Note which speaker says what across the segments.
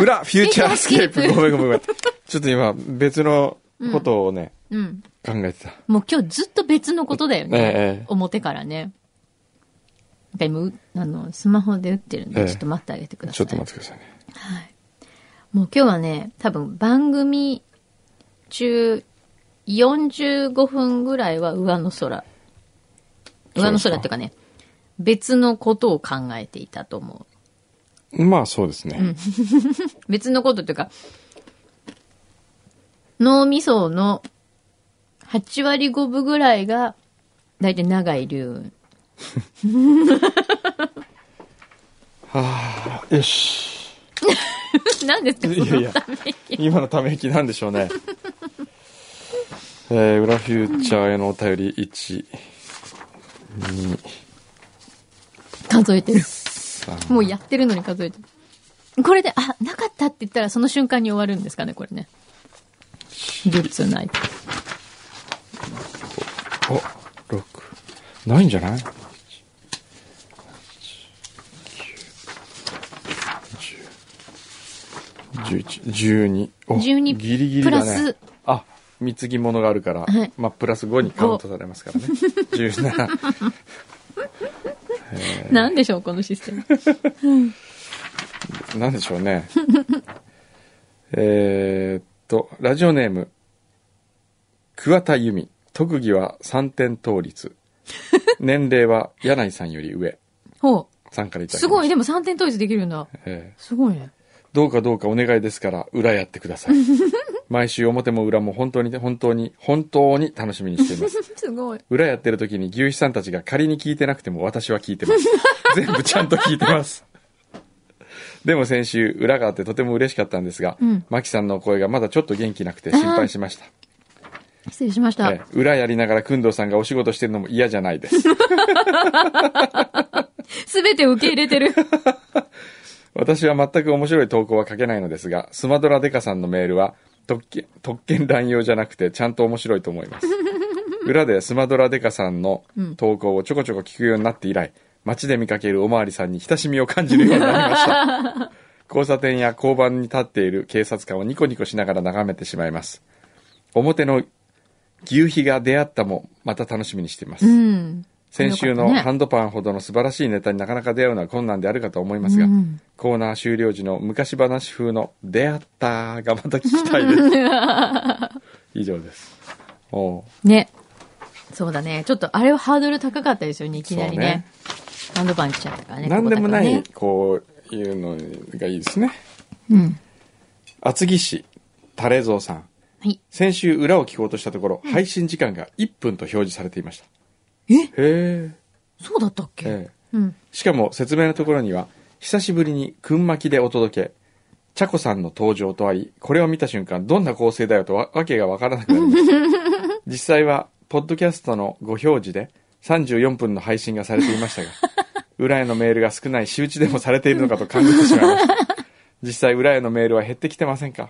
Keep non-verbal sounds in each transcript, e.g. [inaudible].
Speaker 1: 裏、フューチャースケープ。ごめんごめんごめん。ちょっと今、別のことをね、
Speaker 2: うん。
Speaker 1: 考えてた。
Speaker 2: もう今日ずっと別のことだよね。
Speaker 1: ええ
Speaker 2: 表からね。なんか今う、あの、スマホで打ってるんで、
Speaker 1: ええ
Speaker 2: ちょっと待ってあげてくだ
Speaker 1: ち
Speaker 2: さい。
Speaker 1: ょっと待ってくださいね。
Speaker 2: もう今日はね、多分番組中45分ぐらいは上の空。上の空っていうかね、別のことを考えていたと思う。
Speaker 1: まあそうですね。
Speaker 2: 別のことっていうか、脳みその8割5分ぐらいが、だいたい長い流 [laughs] 雲。
Speaker 1: はあ、よし。
Speaker 2: なんですか
Speaker 1: いやいや、今のため息なんでしょうね。えー、裏フューチャーへのお便り1、2、
Speaker 2: 数えてる。
Speaker 1: 3。
Speaker 2: もうやってるのに数えてる。これで、あ、なかったって言ったらその瞬間に終わるんですかね、これね。グッズない。
Speaker 1: お、6。ないんじゃない ?7、8、9、10、11、12。お
Speaker 2: 12
Speaker 1: ギリギリ
Speaker 2: プ
Speaker 1: だね。
Speaker 2: ラス
Speaker 1: あ、貢ぎ物があるから、
Speaker 2: はい
Speaker 1: まあ、プラス5にカウントされますか
Speaker 2: [laughs]
Speaker 1: らね。17。
Speaker 2: なんでしょう、このシステム。
Speaker 1: なんでしょうね。えーっと、ラジオネーム、桑田由美。特技は3点倒
Speaker 2: [laughs]
Speaker 1: 立。年齢は柳井さんより上。
Speaker 2: ほ。
Speaker 1: さんからいうただきました。
Speaker 2: すごい、でも3点統一できるんだ。
Speaker 1: ええ
Speaker 2: すごいね。
Speaker 1: どうかどうかお願いですから、裏やってください。毎週表も裏も本当に、本当に、本当に楽しみにしてい
Speaker 2: [laughs]
Speaker 1: ます。
Speaker 2: [laughs] すごい。
Speaker 1: 裏やってる時に牛肥さんたちが仮に聞いてなくても私は聞い
Speaker 2: [laughs]
Speaker 1: てます。全部ちゃんと聞いてます。でも先週、裏があってとても嬉しかったんですが、
Speaker 2: うん
Speaker 1: マキさんの声がまだちょっと元気なくて心配しました。
Speaker 2: 失礼しました。
Speaker 1: ええ裏やりながら、くんどうさんがお仕事してるのも嫌じゃないです。
Speaker 2: すべて受け入れて [laughs] る。
Speaker 1: 私は全く面白い投稿は書けないのですが、スマドラデカさんのメールは、特権、特権乱用じゃなくて、ちゃんと面白いと思います。裏でスマドラデカさんの投稿をちょこちょこ聞くようになって以来、街で見かけるおまわりさんに親しみを感じるようになりました。交差点や交番に立っている警察官をニコニコしながら眺めてしまいます。表の牛皮が出会ったも、また楽しみにしています。
Speaker 2: うん。
Speaker 1: 先週
Speaker 2: よ
Speaker 1: の
Speaker 2: かった
Speaker 1: ハ
Speaker 2: ね
Speaker 1: ンドパンほどの素晴らしいネタになかなか出会うのは困難であるかと思いますが、
Speaker 2: うん
Speaker 1: コーナー終了時の昔話風の「出会った」がまた聞きたいです。 [laughs] 以上です。おう
Speaker 2: ね。そうだね。ちょっとあれはハードル高かったですよね、いきなりね。ハンドバン来ちゃったからね。
Speaker 1: 何でもな
Speaker 2: ここだ
Speaker 1: い
Speaker 2: か
Speaker 1: こういうのがいいですね。
Speaker 2: らね。うん。
Speaker 1: 厚木市タレゾウさん
Speaker 2: はい。
Speaker 1: 先週裏を聞こうとしたところ、配信時間が1分と表示されていました。
Speaker 2: え
Speaker 1: へえ
Speaker 2: そうだったっけ、
Speaker 1: ええ
Speaker 2: うん。
Speaker 1: しかも説明のところには、久しぶりにくんまきでお届け、ちゃこさんの登場とあり、これを見た瞬間、どんな構成だよとわわけがわからなくなりました。実際は、ポッドキャストのご表示で34分の配信がされていましたが、裏へのメールが少ない仕打ちでもされているのかと感じてしまいました。実際、裏へのメールは減ってきてませんか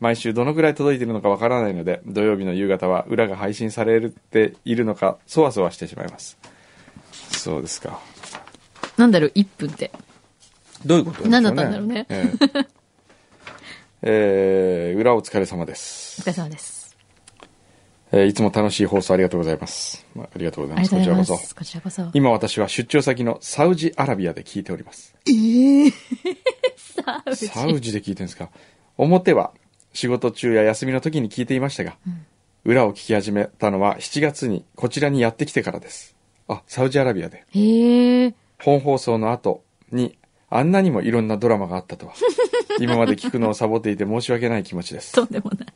Speaker 1: 毎週どのくらい届いているのかわからないので、土曜日の夕方は裏が配信されているのか、そわそわしてしまいます。そうですか。
Speaker 2: なんだろう、1分って。
Speaker 1: どういうこと
Speaker 2: 何だったんだろうね
Speaker 1: えええー裏お疲れ様で
Speaker 2: お
Speaker 1: す
Speaker 2: 疲、れ様です。
Speaker 1: えーいつも楽しい放送ありがとうございます。まあありがとうご
Speaker 2: あ
Speaker 1: ざいま
Speaker 2: り
Speaker 1: す。
Speaker 2: がとうございま
Speaker 1: こちらこ
Speaker 2: す。
Speaker 1: そ。
Speaker 2: こちらこそ。
Speaker 1: 今私は出張先のサウジアラビアで聞いております。 [laughs]
Speaker 2: サウジ
Speaker 1: サウジで聞いてるんですか。表は仕事中や休みの時に聞いていましたが、裏を聞き始めたのは7月にこちらにやってきてからです。あ、サウジアラビアで。
Speaker 2: へえ。
Speaker 1: 本放送の後にあんなにもいろんなドラマがあった
Speaker 2: [laughs]
Speaker 1: とは。今まで聞くのをサボっていて申し訳ない気持ちです。
Speaker 2: とんでもない。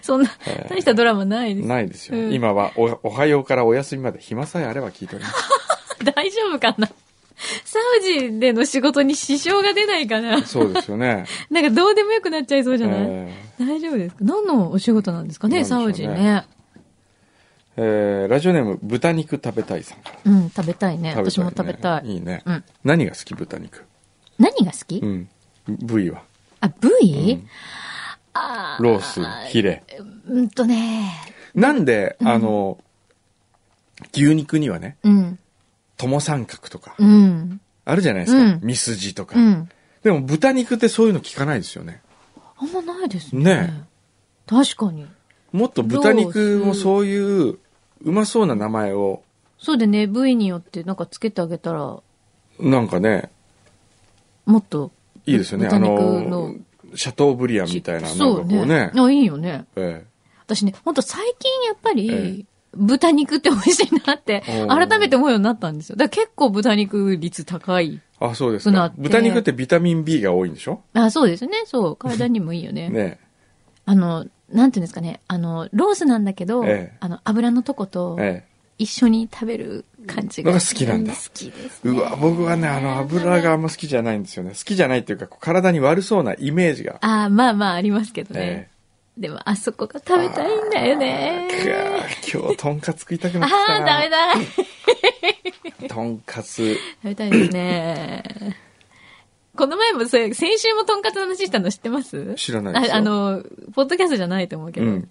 Speaker 2: そんな、大したドラマないです。
Speaker 1: ないですよ。
Speaker 2: うん
Speaker 1: 今はお、おはようからお休みまで暇さえあれば聞いております。
Speaker 2: [laughs] 大丈夫かなサウジでの仕事に支障が出ないかな
Speaker 1: そうですよね。
Speaker 2: なんかどうでもよくなっちゃい [laughs] そうじゃない、
Speaker 1: えー
Speaker 2: 大丈夫ですか何のお仕事なんですかね
Speaker 1: なんでしょ
Speaker 2: サ
Speaker 1: うね
Speaker 2: ウジね。
Speaker 1: えーラジオネーム、豚肉食べたいさんから。
Speaker 2: うん、食べたいね。
Speaker 1: べたいね
Speaker 2: 私も食べたい。
Speaker 1: いいね。
Speaker 2: うん
Speaker 1: 何が好き豚肉。
Speaker 2: 何が好き、
Speaker 1: うん。部位は。
Speaker 2: あ、部位、あ
Speaker 1: ロース、ヒレ。
Speaker 2: うんとね。
Speaker 1: なんで、あの、牛肉にはね、
Speaker 2: うん、
Speaker 1: 友三角とか
Speaker 2: う、ん、
Speaker 1: あるじゃないですか。
Speaker 2: うん
Speaker 1: ミスジとか、
Speaker 2: うん。
Speaker 1: でも豚肉ってそういうの聞かないですよね。
Speaker 2: あんまないですね。
Speaker 1: ね
Speaker 2: 確かに。
Speaker 1: もっと豚肉もそういううまそうな名前を、
Speaker 2: そうでね、部位によってなんかつけてあげたら、
Speaker 1: なんかね、
Speaker 2: もっと、
Speaker 1: いいですよね。あ
Speaker 2: 豚肉
Speaker 1: の
Speaker 2: の、
Speaker 1: シャトーブリアンみたいな、なんか
Speaker 2: そ
Speaker 1: こ
Speaker 2: う
Speaker 1: う
Speaker 2: ね。
Speaker 1: ね。
Speaker 2: あ、いいよね。
Speaker 1: え
Speaker 2: 私ね、ほんと最近やっぱり、
Speaker 1: え
Speaker 2: 豚肉って美味しいなって、
Speaker 1: おー
Speaker 2: 改めて思うようになったんですよ。だから結構豚肉率高い。
Speaker 1: えあ、そうです
Speaker 2: そうな
Speaker 1: か
Speaker 2: っ。て
Speaker 1: 豚肉ってビタミン B が多いんでしょ
Speaker 2: あ、そうですね。そう。体にもいいよね。
Speaker 1: [laughs] ね
Speaker 2: あの、なんていうんですかね。あの、ロースなんだけど、
Speaker 1: ええ
Speaker 2: あの、油のとこと
Speaker 1: え。、え
Speaker 2: 一緒に食べる感じ
Speaker 1: の
Speaker 2: が。
Speaker 1: が好きなんだ
Speaker 2: 好きです
Speaker 1: え。
Speaker 2: ね、
Speaker 1: うわ、僕はね、あの油があんま好きじゃないんですよね。好きじゃないっていうか、こう体に悪そうなイメージが。
Speaker 2: あーまあまあありますけど
Speaker 1: え
Speaker 2: ね。でも、あそこが食べたいんだよね
Speaker 1: え。。くわ今日、とんかつ食いたく
Speaker 2: あ
Speaker 1: なってき
Speaker 2: あ
Speaker 1: た
Speaker 2: ー、ダメ
Speaker 1: な。
Speaker 2: だ。
Speaker 1: とんかつ。
Speaker 2: 食べたいですね。この前もそれ、先週もとんかつの話したの知ってます
Speaker 1: 知らないですよ
Speaker 2: ああの、ポッドキャストじゃないと思うけ
Speaker 1: う
Speaker 2: ど。
Speaker 1: ん。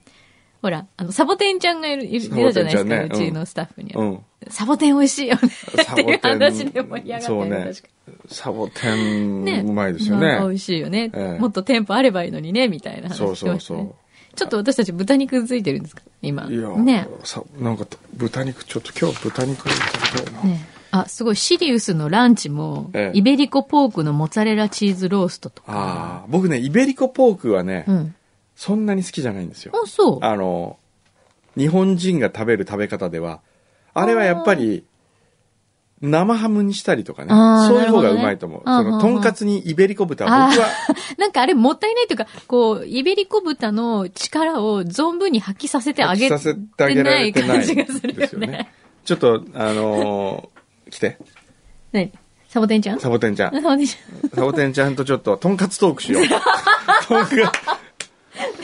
Speaker 2: ほら、あの、サボテンちゃんがいる、いるい
Speaker 1: サボテ
Speaker 2: た
Speaker 1: ンち
Speaker 2: じ
Speaker 1: ゃ
Speaker 2: ゃ
Speaker 1: ん
Speaker 2: な
Speaker 1: ね
Speaker 2: いですか、うちのスタッフには。
Speaker 1: うん。
Speaker 2: サボテン美味しいよね。
Speaker 1: サ
Speaker 2: って
Speaker 1: ボ
Speaker 2: いう
Speaker 1: テン
Speaker 2: 話で盛り上がった
Speaker 1: そ
Speaker 2: よ
Speaker 1: う
Speaker 2: ね。
Speaker 1: ね
Speaker 2: 確か。
Speaker 1: サボテン、
Speaker 2: ね。
Speaker 1: うまいですよ
Speaker 2: なんか美
Speaker 1: ね。
Speaker 2: 味しいよね。
Speaker 1: ええ
Speaker 2: もっと店舗あればいいのにね、みたいな話して
Speaker 1: そ
Speaker 2: ま
Speaker 1: う
Speaker 2: した、ね。
Speaker 1: そうそう。
Speaker 2: ちょっと私たち豚肉ついてるんですか今。
Speaker 1: いや、
Speaker 2: ね。
Speaker 1: さなんか豚肉ちょっと今日豚肉食べたいな、
Speaker 2: ね。あ、すごい、シリウスのランチも、
Speaker 1: ええ
Speaker 2: イベリコポークのモッツァレラチーズローストとか。
Speaker 1: ああ僕ねイベリコポークはね、
Speaker 2: うん。
Speaker 1: そんなに好きじゃないんですよ
Speaker 2: あ、そう。
Speaker 1: あの日本人が食べる食べ方ではあれはやっぱり生ハムにしたりとかね
Speaker 2: あー
Speaker 1: そういう
Speaker 2: なる
Speaker 1: 方が
Speaker 2: ほ
Speaker 1: う
Speaker 2: どね
Speaker 1: まいと思う、
Speaker 2: あー
Speaker 1: そ
Speaker 2: は
Speaker 1: の
Speaker 2: ー
Speaker 1: とんかつにイベリコ豚
Speaker 2: あ
Speaker 1: は
Speaker 2: ー
Speaker 1: 僕は
Speaker 2: なんかあれもったいないというか、こう、イベリコ豚の力を存分に発揮させてあげ
Speaker 1: させてあげられてな
Speaker 2: 感
Speaker 1: い
Speaker 2: じがするよ
Speaker 1: ですよ
Speaker 2: ね。
Speaker 1: [laughs] ねちょっとあのー来て
Speaker 2: 何サボテンちゃん
Speaker 1: サボテンちゃん
Speaker 2: サボテンちゃん。
Speaker 1: サボテンちゃんとちょっととんかつトー
Speaker 2: [laughs]
Speaker 1: クしよう [laughs] とんか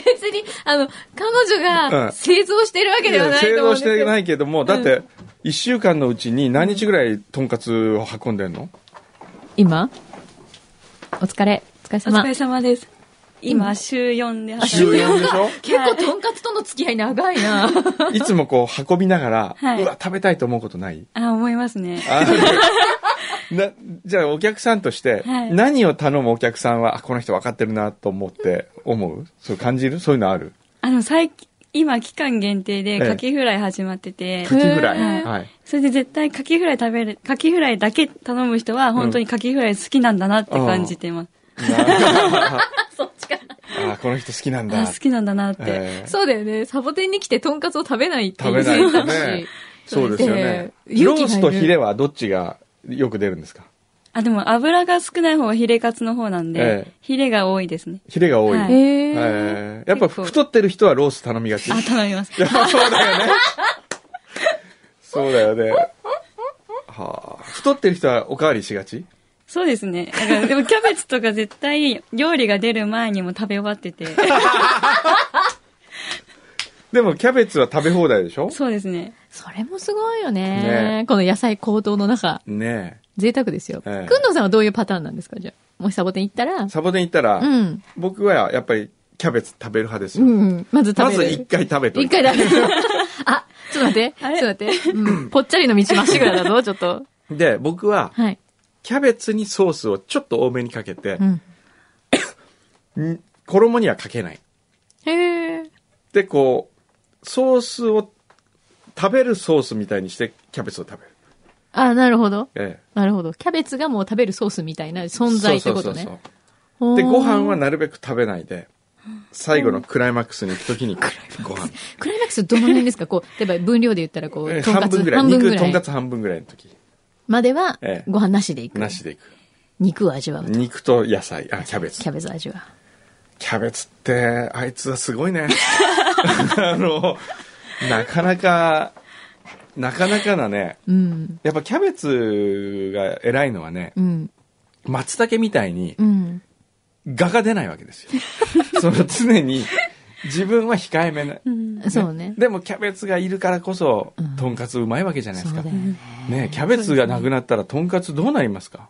Speaker 2: 別に、あの、彼女
Speaker 1: うん
Speaker 2: が製造してるわけではない
Speaker 1: 製
Speaker 2: と思う
Speaker 1: 造
Speaker 2: ん
Speaker 1: し
Speaker 2: です
Speaker 1: て
Speaker 2: けど。
Speaker 1: ないけども、だって、1週間のうちに何日ぐらいとんかつを運んでんの
Speaker 2: 今お疲れ。お疲れ
Speaker 3: お
Speaker 2: 様
Speaker 3: 疲。れ様です。今、週4で働いて
Speaker 1: 週4でしょ
Speaker 2: [laughs] 結構とんかつとの付き合い長いな。
Speaker 1: いつもこう運びながら、
Speaker 3: はいう
Speaker 1: わ、食べたいと思うことない
Speaker 3: あ、思いますね。
Speaker 1: あなじゃあお客さんとして、
Speaker 3: はい
Speaker 1: 何を頼むお客さんは、あこの人分かってるなと思って、思うそう感じるそういうのある
Speaker 3: あの、最近、今、期間限定
Speaker 1: え
Speaker 3: で、カキフライ始まってて
Speaker 1: カ、キフラ
Speaker 3: は
Speaker 1: イ。
Speaker 3: い
Speaker 1: はい。 [laughs]
Speaker 3: それで絶対カキフライ食べる、カキフライだけ頼む人は、本当にカキフライ好きなんだなって感じてます。
Speaker 2: そっちか。
Speaker 1: あこの人好きなん
Speaker 3: あ
Speaker 1: だ。
Speaker 3: 好きなんだなって。
Speaker 1: えー
Speaker 2: そうだよね。サボテンに来てとんかつを食べないっていう
Speaker 1: 食べないと
Speaker 2: 選択肢
Speaker 1: ねそうですよね。
Speaker 2: えー
Speaker 1: ロ
Speaker 2: 勇気がいる
Speaker 1: ースとヒレはどっちがよく出るんですか
Speaker 3: あ、でも油が少ない方はヒレカツの方なんで、
Speaker 1: ええ
Speaker 3: ヒレが多いですね。
Speaker 1: ヒレが多い。
Speaker 3: はい
Speaker 2: へー
Speaker 1: えーやっぱ
Speaker 3: 結構
Speaker 1: 太ってる人はロース頼みがち。
Speaker 3: あ、頼みます。
Speaker 1: いや [laughs] そうだよね。そうだよね。はあ、太ってる人はおかわりしがち
Speaker 3: そうですね。だからでもキャベツとか絶対、料理が出る前にも食べ終わっ
Speaker 1: [laughs]
Speaker 3: てて。
Speaker 1: でもキャベツは食べ放題でしょ
Speaker 3: そうですね。
Speaker 2: [laughs] それもすごいよ
Speaker 1: ね
Speaker 2: ね。この野菜高騰の中、
Speaker 1: ね
Speaker 2: 贅沢ですよ。く
Speaker 1: ええ
Speaker 2: んどうさんはどういうパターンなんですかじゃあ。もしサボテン行ったら
Speaker 1: え。、サボテン行ったら、
Speaker 2: うん。
Speaker 1: 僕はやっぱりキャベツ食べる派です
Speaker 2: う
Speaker 1: よ。
Speaker 2: ん。まず食べる。
Speaker 1: まず一回食べと
Speaker 2: 一
Speaker 1: い
Speaker 2: 回
Speaker 1: て。
Speaker 2: だけ。 [laughs] あ、ちょっと待って。ちょ
Speaker 3: あ
Speaker 2: っ
Speaker 3: れ
Speaker 2: と待って。うんぽっちゃりの道まっしぐらだぞ、ちょっと。
Speaker 1: で、僕は
Speaker 2: はい。
Speaker 1: キャベツにソースをちょっと多めにかけて
Speaker 2: う、ん。
Speaker 1: ん衣にはかけない。
Speaker 2: へえ。
Speaker 1: で、こう、ソースを、食べるソースみたいにしてキャベツを食べる。
Speaker 2: あ、なるほど。
Speaker 1: え
Speaker 2: なるほど。キャベツがもう食べるソースみたいな
Speaker 1: え、
Speaker 2: 存在ってことね。
Speaker 1: う。
Speaker 2: ほー
Speaker 1: で、ご飯はなるべく食べないで、最後のクライマックスに行くときに、
Speaker 2: [laughs]
Speaker 1: ご飯。
Speaker 2: クライマックスどの辺ですかこう、例えば分量で言ったらこ
Speaker 1: え
Speaker 2: う、
Speaker 1: ー
Speaker 2: とんか
Speaker 1: 半
Speaker 2: つ
Speaker 1: 分ぐらい。肉、とんかつ半分ぐらいの時
Speaker 2: までは
Speaker 1: ええ、
Speaker 2: ご飯なしでいく。
Speaker 1: なしでいく。
Speaker 2: 肉を味わうと。
Speaker 1: 肉と野菜、あ、キャベツ
Speaker 2: キ。ャベツ味わ
Speaker 1: キャベツって、あいつはすごいね。 [laughs] あの、なかなか、なかなかなね。
Speaker 2: う。うん。
Speaker 1: やっぱキャベツが偉いのはね
Speaker 2: う、ん。
Speaker 1: 松茸みたいに、
Speaker 2: うん。
Speaker 1: 画が出ないわけですよ。その常に、自分は控えめな。
Speaker 2: そうね。
Speaker 1: でもキャベツがいるからこそ
Speaker 2: うん、
Speaker 1: とんかつうまいわけじゃないで
Speaker 2: そう
Speaker 1: す
Speaker 2: だよ
Speaker 1: か。
Speaker 2: ね。
Speaker 1: ねキャベツがなくなったらとんかつどうなりますか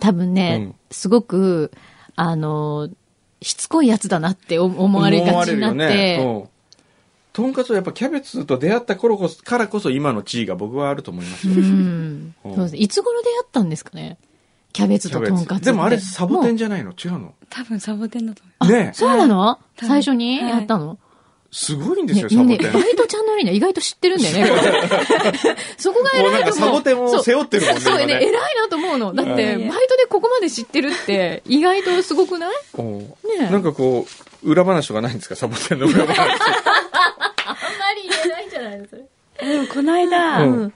Speaker 2: 多分ね、
Speaker 1: うん
Speaker 2: すごく、あの、しつこいやつだなって思思われがちになって、
Speaker 1: うん、とんかつはやっぱキャベツと出会った頃こそからこそ今の地位が僕はあると思いますよ、
Speaker 2: うん。
Speaker 1: うん
Speaker 2: そうですねいつ頃出会ったんですかねキャベツ
Speaker 1: キャ
Speaker 2: と
Speaker 1: ベ
Speaker 2: とんかつっ
Speaker 1: ツ
Speaker 2: て。
Speaker 1: でもあれサボテン
Speaker 2: も
Speaker 1: じゃないの違うの
Speaker 3: 多分サボテンだと思
Speaker 2: うあ
Speaker 1: ねえ
Speaker 2: そうなの
Speaker 3: い
Speaker 2: 最初にやったの
Speaker 1: すごいんです
Speaker 2: ね
Speaker 1: よ、サボ
Speaker 2: ね
Speaker 1: テン
Speaker 2: 意。外とちゃんのりね、意外と知ってるんだよ
Speaker 1: [laughs]
Speaker 2: ね。そこが
Speaker 1: も
Speaker 2: 偉
Speaker 1: うなん
Speaker 2: い
Speaker 1: か
Speaker 2: と
Speaker 1: サ
Speaker 2: 思う。
Speaker 1: ボテンを背負ってるもんね。
Speaker 2: そうそう
Speaker 1: 今
Speaker 2: ね、
Speaker 1: ね
Speaker 2: 偉いなと思うの。だって、
Speaker 3: い
Speaker 2: バ
Speaker 3: や
Speaker 2: イ
Speaker 3: いや
Speaker 2: トでここまで知ってるって、意外とすごくない
Speaker 1: おう
Speaker 2: え
Speaker 1: なんかこう、裏話とかないんですかサボテンの裏話。
Speaker 2: あんまり言えないんじゃないのそれ。
Speaker 3: う。 [laughs] でもこの間、
Speaker 1: うん
Speaker 2: うん。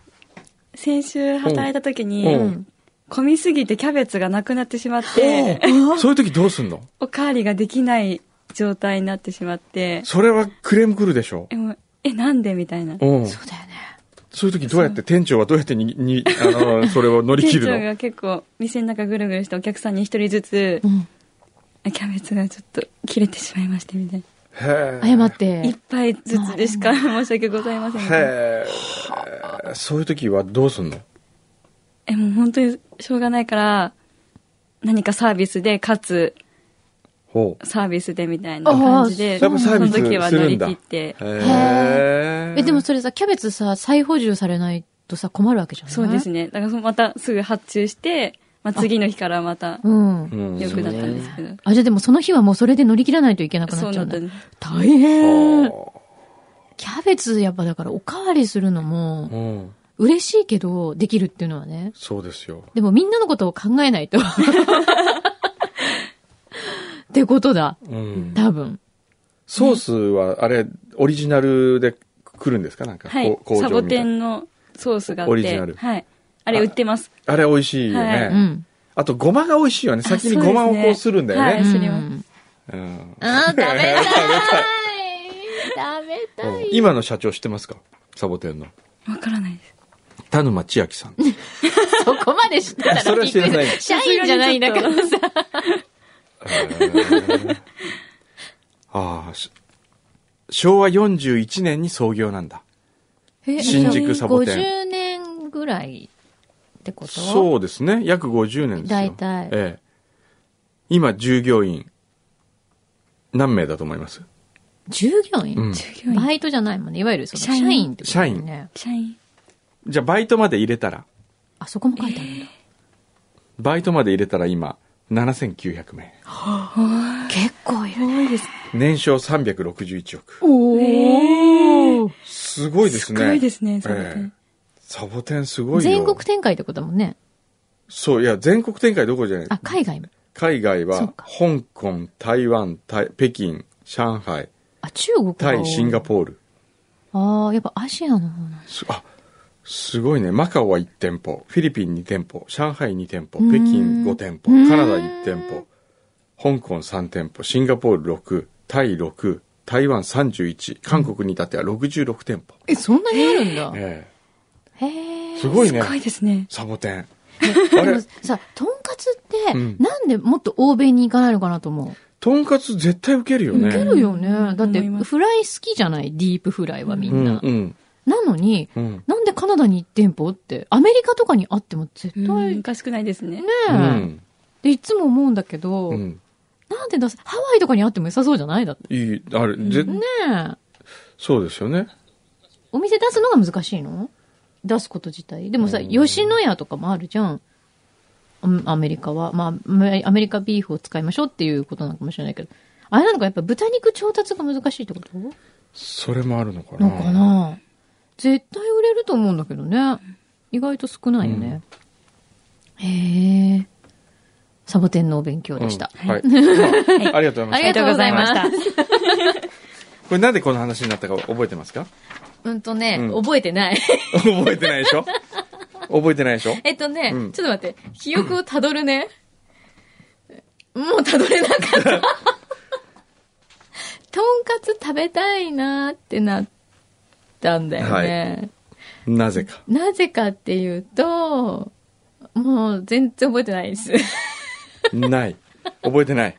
Speaker 3: 先週働いた時
Speaker 1: う
Speaker 3: に、
Speaker 1: ん
Speaker 3: 混みすぎてキャベツがなくなってしまって、
Speaker 1: そういう時どうすんの
Speaker 3: おかわりができない状態になってしまって、
Speaker 1: それはクレーム来るでしょ
Speaker 3: でもえ、なんでみたいな。
Speaker 1: うん。
Speaker 2: そうだよね。
Speaker 1: そういう時どうやって、店長はどうやってに、 [laughs] に、あの、それを乗り切る
Speaker 3: 店長
Speaker 1: の
Speaker 3: が結構店の中ぐるぐるしてお客さんに一人ずつ
Speaker 2: う、ん。
Speaker 3: キャベツがちょっと切れてしまいましてみたいな。
Speaker 1: へえ。
Speaker 2: 謝って。
Speaker 3: 一杯ずつでしか申し訳ございませんみたいな。
Speaker 1: へえ。そういう時はどうすんの
Speaker 3: え、もう本当にしょうがないから、何かサービスで、かつ
Speaker 1: ほう。
Speaker 3: サービスでみたいな感じで、
Speaker 2: あー
Speaker 3: そ
Speaker 1: やっぱ
Speaker 3: の
Speaker 1: サービスす
Speaker 3: 時は乗
Speaker 1: るん
Speaker 3: り
Speaker 1: だ。
Speaker 3: 切っ
Speaker 1: へ
Speaker 3: て、
Speaker 1: え。
Speaker 2: え、でもそれさ、キャベツさ、再補充されないとさ、困るわけじゃない
Speaker 3: そうですね。だからそのまたすぐ発注して、まあ、次の日からまた
Speaker 2: うん。
Speaker 1: うん、
Speaker 3: 良くなったんですけど。
Speaker 2: あ、じゃあでもその日はもうそれで乗り切らないといけなくな
Speaker 3: そう
Speaker 2: っちゃ
Speaker 3: な
Speaker 2: う
Speaker 3: っ
Speaker 2: ん
Speaker 3: た
Speaker 2: だ。
Speaker 3: んで
Speaker 2: 大
Speaker 1: う
Speaker 2: 変
Speaker 1: ん
Speaker 2: キャベツやっぱだからおかわりするのも
Speaker 1: うん。
Speaker 2: 嬉しいけどできるっていうのはね。
Speaker 1: そうですよ。
Speaker 2: でもみんなのことを考えないと。ってことだ。
Speaker 1: うん。
Speaker 2: 多分。
Speaker 1: ソースは、あれ、オリジナルで来るんですかなんか、こ
Speaker 3: はいう
Speaker 1: 工。場
Speaker 3: サボ
Speaker 1: みた
Speaker 3: テ
Speaker 1: いな。
Speaker 3: ンのソースがあって。
Speaker 1: オリジナル
Speaker 3: はい。あれ売ってます。
Speaker 1: あれ美味しいよね。
Speaker 3: はい
Speaker 2: うん。
Speaker 1: あと、ごまが美味しいよね。先に
Speaker 3: あそうです
Speaker 1: ご
Speaker 3: ね
Speaker 1: まをこうするんだよ
Speaker 3: はえ
Speaker 1: ね。
Speaker 3: それは
Speaker 2: うん
Speaker 1: うん
Speaker 2: あー、食べた [laughs] い食べたい
Speaker 1: 今の社長知ってますかサボテンの。
Speaker 3: わからないです。
Speaker 1: 田沼千秋さん。
Speaker 2: そこまで知ってたら
Speaker 1: それは知らない
Speaker 2: びっくり社員じゃないんだからさ。
Speaker 1: ああ、し昭和41年に創業なんだ。新宿サボテン
Speaker 2: 50年ぐらいってこと
Speaker 1: そうですね。約50年ですよ。
Speaker 2: 大体
Speaker 1: ええ。今、従業員、何名だと思います
Speaker 2: 従業員、
Speaker 1: うん
Speaker 3: 従業員。
Speaker 2: バイトじゃないもんね。いわゆるその
Speaker 3: 社
Speaker 2: 社
Speaker 3: 員
Speaker 2: 員ってことだよ
Speaker 1: 社
Speaker 2: ね。
Speaker 3: 社員。
Speaker 1: じゃあ、バイトまで入れたら、
Speaker 2: あそこも書いてあるんだ。
Speaker 1: バイトまで入れたら今、7900名。
Speaker 2: 結構いるね。
Speaker 3: 多いです。
Speaker 1: 年商361億。
Speaker 2: お
Speaker 3: ー
Speaker 1: すごいです
Speaker 3: す
Speaker 1: ね。
Speaker 3: ごいですね、サボテ
Speaker 1: ええ
Speaker 3: ン。
Speaker 1: サボテンすごいよ。
Speaker 2: 全国展開ってことだもんね。
Speaker 1: そう、いや、全国展開どころじゃない
Speaker 2: あ、。海外も。
Speaker 1: 海外
Speaker 2: そう
Speaker 1: は、
Speaker 2: か
Speaker 1: 香港、台湾、タイ北京、上海、
Speaker 2: あ、中国が多
Speaker 1: タ
Speaker 2: い
Speaker 1: イ、シンガポール。
Speaker 2: ああ、やっぱアジアの方なんだ。
Speaker 1: すあ、すごいね。マカオは1店舗、フィリピン2店舗、上海2店舗、
Speaker 2: うーん
Speaker 1: 北京5店舗
Speaker 2: うー、ん
Speaker 1: カナダ1店舗、香港3店舗、シンガポール6、タイ6、台湾31、韓国に至っては66店舗。
Speaker 2: え、そんなにあるんだ。
Speaker 1: え
Speaker 2: へ
Speaker 1: え
Speaker 2: え。
Speaker 1: すごいね
Speaker 3: す。ごいですね。
Speaker 1: サボテン。
Speaker 2: で
Speaker 1: あれ
Speaker 2: も、さ、とんかつって、
Speaker 1: うん
Speaker 2: なんでもっと欧米に行かないのかなと思
Speaker 1: とんかつ絶対受けるよ
Speaker 2: う。
Speaker 1: ね。
Speaker 2: 受けるよね。
Speaker 3: うん
Speaker 2: だって、
Speaker 3: 思います
Speaker 2: フライ好きじゃないディープフライはみ
Speaker 1: うん
Speaker 2: な。
Speaker 1: ん、うん、
Speaker 2: なのに、
Speaker 1: うん。
Speaker 2: なんでカナダに1店舗って、アメリカとかにあっても絶対、
Speaker 3: うんお
Speaker 2: ね
Speaker 3: かしくないですね。
Speaker 2: え、
Speaker 1: うん。
Speaker 2: で、いつも思うんだけど、
Speaker 1: うん。
Speaker 2: なんでだ、ハワイとかにあっても良さそうじゃないだって。
Speaker 1: いい、あれ、ぜ、
Speaker 2: ねえ。
Speaker 1: そうですよね。
Speaker 2: お店出すのが難しいの出すこと自体。でもさ、
Speaker 1: うん
Speaker 2: 吉野家とかもあるじゃん。うんアメリカは。まあ、めアメリカビーフを使いましょうっていうことなのかもしれないけど。あれなのか、やっぱ豚肉調達が難しいってこと
Speaker 1: それもあるのかな。
Speaker 2: のかな絶対売れると思うんだけどね。意外と少ないよね。へえ。サボテンのお勉強でした。 [laughs]
Speaker 1: うんはい。まあありがとうござ
Speaker 2: あ
Speaker 1: いまし
Speaker 2: りが。
Speaker 1: た
Speaker 2: とうございま
Speaker 3: ありがとうございま
Speaker 2: し
Speaker 1: これなんでこの話になったか覚えてますか [laughs]
Speaker 2: た。うんとね、
Speaker 1: うん
Speaker 2: 覚えてない。
Speaker 1: 覚えてないでしょ覚えてないでしょ
Speaker 2: えっとね、
Speaker 1: うん
Speaker 2: ちょっと待って、記憶をたどるね。もうたどれなかった。
Speaker 1: [laughs]
Speaker 2: とんかつ食べたいなってなったんだよね。
Speaker 1: なぜか。
Speaker 2: なぜかっていうと、もう全然覚えてないです。 [laughs]
Speaker 1: ない。覚えてない。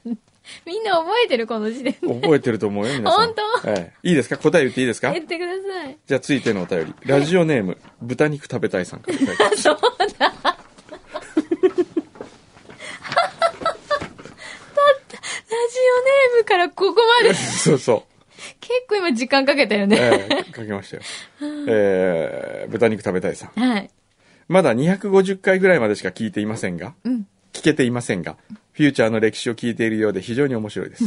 Speaker 2: みんな覚えてるこの時点で。
Speaker 1: 覚えてると思うよ、皆さん。
Speaker 2: 本当
Speaker 1: ええいいですか答え言っていいですか
Speaker 2: 言ってください。
Speaker 1: じゃあ、続いてのお便り。ラジオネーム、豚肉食べたいさんからいただきました。
Speaker 2: そうだ。 [laughs] だって、ラジオネームからここまで、結
Speaker 1: [laughs] そうそう。
Speaker 2: 構今時間かけたよね。
Speaker 1: ええかけましたよ。ええ豚肉食べたいさん。
Speaker 2: はい。
Speaker 1: まだ250回ぐらいまでしか聞いていませんが、
Speaker 2: うん。
Speaker 1: 聞けていませんが、フューチャーの歴史を聞いているようで非常に面白いです。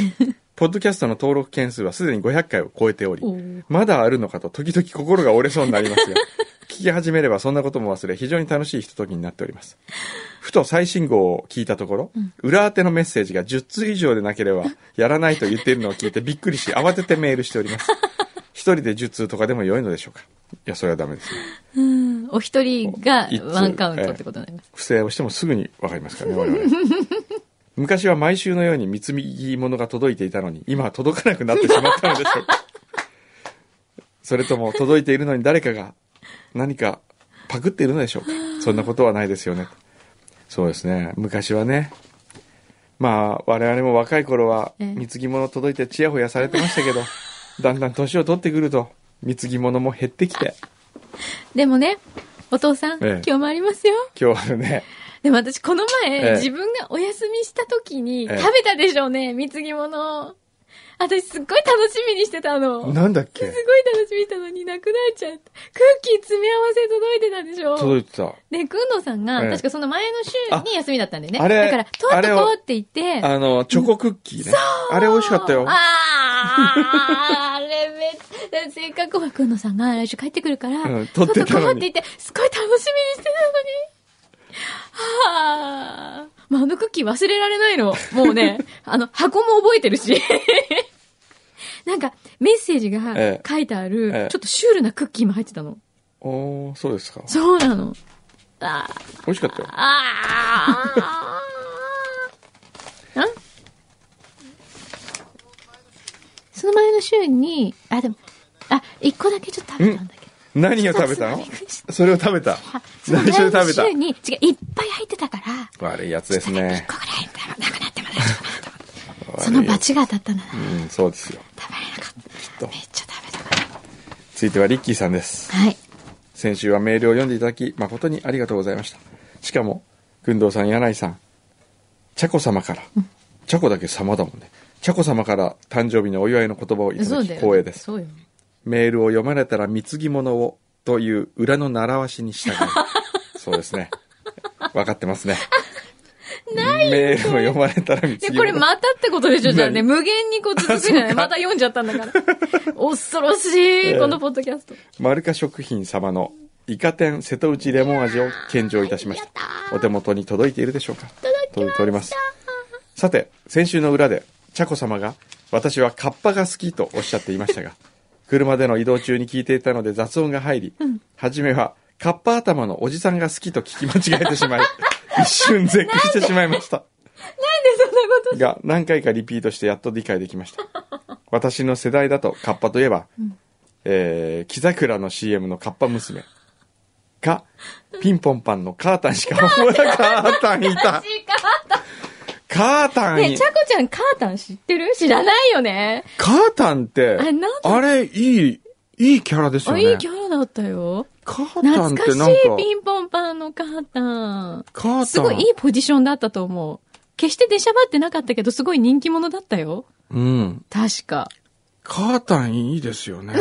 Speaker 1: ポッドキャストの登録件数はすでに500回を超えており
Speaker 2: おー、
Speaker 1: まだあるのかと時々心が折れそうになりますが、 [laughs] 聞き始めればそんなことも忘れ、非常に楽しいひとときになっております。ふと最新号を聞いたところ、裏宛てのメッセージが10通以上でなけれ [laughs] ばやらないと言っているのを聞いてびっくりし、慌ててメールしており [laughs] ます。一人で10通とかでも良いのでしょうかいや、それはダメですね。
Speaker 2: お一人が
Speaker 1: 一通
Speaker 2: ワンカウントってことになります。
Speaker 1: 不正をしてもすぐに分かりますからね我
Speaker 2: [laughs]
Speaker 1: 々昔は毎週のように貢ぎ物が届いていたのに今は届かなくなってしまったのでしょうかそれとも届いているのに誰かが何かパクっているのでしょうかそんなことはないですよねそうですね昔はねまあ我々も若い頃は
Speaker 2: ええ
Speaker 1: 貢ぎ物届いてちやほやされてましたけどだんだん年を取ってくると貢ぎ物も減ってきて
Speaker 2: でもね、お父さん、
Speaker 1: ええ
Speaker 2: 今日もありますよ。
Speaker 1: 今日
Speaker 2: [laughs]
Speaker 1: はね
Speaker 2: でも私この前、
Speaker 1: ええ
Speaker 2: 自分がお休みした時に
Speaker 1: ええ
Speaker 2: 食べたでしょうね、貢ぎ物。私すっごい楽しみにしてたの。
Speaker 1: なんだっけ
Speaker 2: すごい楽しみにしたのになくなっちゃった。クッキー詰め合わせ届いてたでしょ
Speaker 1: 届いてた
Speaker 2: で、くんどうさんが、
Speaker 1: ええ
Speaker 2: 確かその前の週に休みだったんでね。
Speaker 1: ああれ
Speaker 2: だから、取っと
Speaker 1: あれ
Speaker 2: こ
Speaker 1: を
Speaker 2: うって言って。
Speaker 1: あの、チョコクッキーね。あれ美味しかったよ。
Speaker 2: あーあれめっせっかくはくんのさんが来週帰ってくるから、
Speaker 1: うん撮って
Speaker 2: 撮
Speaker 1: たのに
Speaker 2: こうって言って、すごい楽しみにしてたのに。はあ。まあ、あのクッキー忘れられないの。もうね、あの、箱も覚えてるし。なんか、メッセージが
Speaker 1: ええ
Speaker 2: 書いてある、
Speaker 1: ええ
Speaker 2: ちょっとシュールなクッキーも入ってたの。
Speaker 1: おー、そうですか。
Speaker 2: そうなの。あー
Speaker 1: 美味しかったよ。
Speaker 2: あ [laughs] あ。んその前の週に、あ、でも、あ、一個だけちょっと食べたんだけど。
Speaker 1: 何を食べた
Speaker 2: ちょ
Speaker 1: の
Speaker 2: っとびっくりし
Speaker 1: それを食べた
Speaker 2: あ。その前
Speaker 1: 内緒で食
Speaker 2: の
Speaker 1: べた
Speaker 2: 週。に、違う、いっぱい入ってたから、
Speaker 1: 悪いやつです
Speaker 2: 一
Speaker 1: ね。
Speaker 2: 個ぐらいなくなっても大丈夫かなと思って。そ
Speaker 1: 悪
Speaker 2: の
Speaker 1: いや
Speaker 2: バ
Speaker 1: つ
Speaker 2: チが当たったんだな。
Speaker 1: うん、そうですよ。
Speaker 2: 食べれなかった。
Speaker 1: と
Speaker 2: めっちゃ食べたから。
Speaker 1: 続いてはリッキーさんです。
Speaker 2: はい。
Speaker 1: 先週はメールを読んでいただき、誠にありがとうございました。しかも、群藤さん、柳井さん、チャコ様から、チャコだけ様だもんね。チャコ様から誕生日のお祝いの言葉をいただき光栄です。
Speaker 2: そうよ。
Speaker 1: メールを読まれたら貢ぎ物をという裏の習わしに従う。
Speaker 2: [laughs]
Speaker 1: そうですね。分かってますね。メールを読まれたら
Speaker 2: で、
Speaker 1: 貢ぎ
Speaker 2: これ
Speaker 1: 物。
Speaker 2: またってことでしょじゃあね、
Speaker 1: 何
Speaker 2: 無限にこう続くじゃ
Speaker 1: [laughs]
Speaker 2: ないまた読んじゃったんだから。恐ろしい、このポッドキャスト。
Speaker 1: マルカ食品様のイカ天瀬戸内レモン味を献上いたしました。お手元に届いているでしょうか届いております。さて、先週の裏で、茶子様が、私はカッパが好きとおっしゃっていました [laughs] が、車での移動中に聞いていたので雑音が入り、初めは、カッパ頭のおじさんが好きと聞き間違えてしま [laughs] い、一瞬絶句してしまいました。が何回かリピートしてやっと理解できました
Speaker 2: [laughs]
Speaker 1: 私の世代だとカッパといえば、えー、木桜の CM のカッパ娘かピンポンパンのカータンしか思わなかカータン
Speaker 2: [laughs]
Speaker 1: いたカータン
Speaker 2: ねえ、
Speaker 1: い
Speaker 2: ちゃこちゃん、カータン知ってる知らないよね。
Speaker 1: カータンって
Speaker 2: あれなんだ
Speaker 1: あれいいいいキャラですよ
Speaker 2: あ、
Speaker 1: ね
Speaker 2: いいキャラだったよ。
Speaker 1: カータン
Speaker 2: 懐
Speaker 1: っ
Speaker 2: か
Speaker 1: て
Speaker 2: し
Speaker 1: なん
Speaker 2: い、
Speaker 1: か
Speaker 2: ピンポンパンのカータン。
Speaker 1: カータン
Speaker 2: すごいいいポジションだったと思う。決して出しゃばってなかったけど、すごい人気者だったよ。
Speaker 1: うん
Speaker 2: 確か。
Speaker 1: カータンいいですよね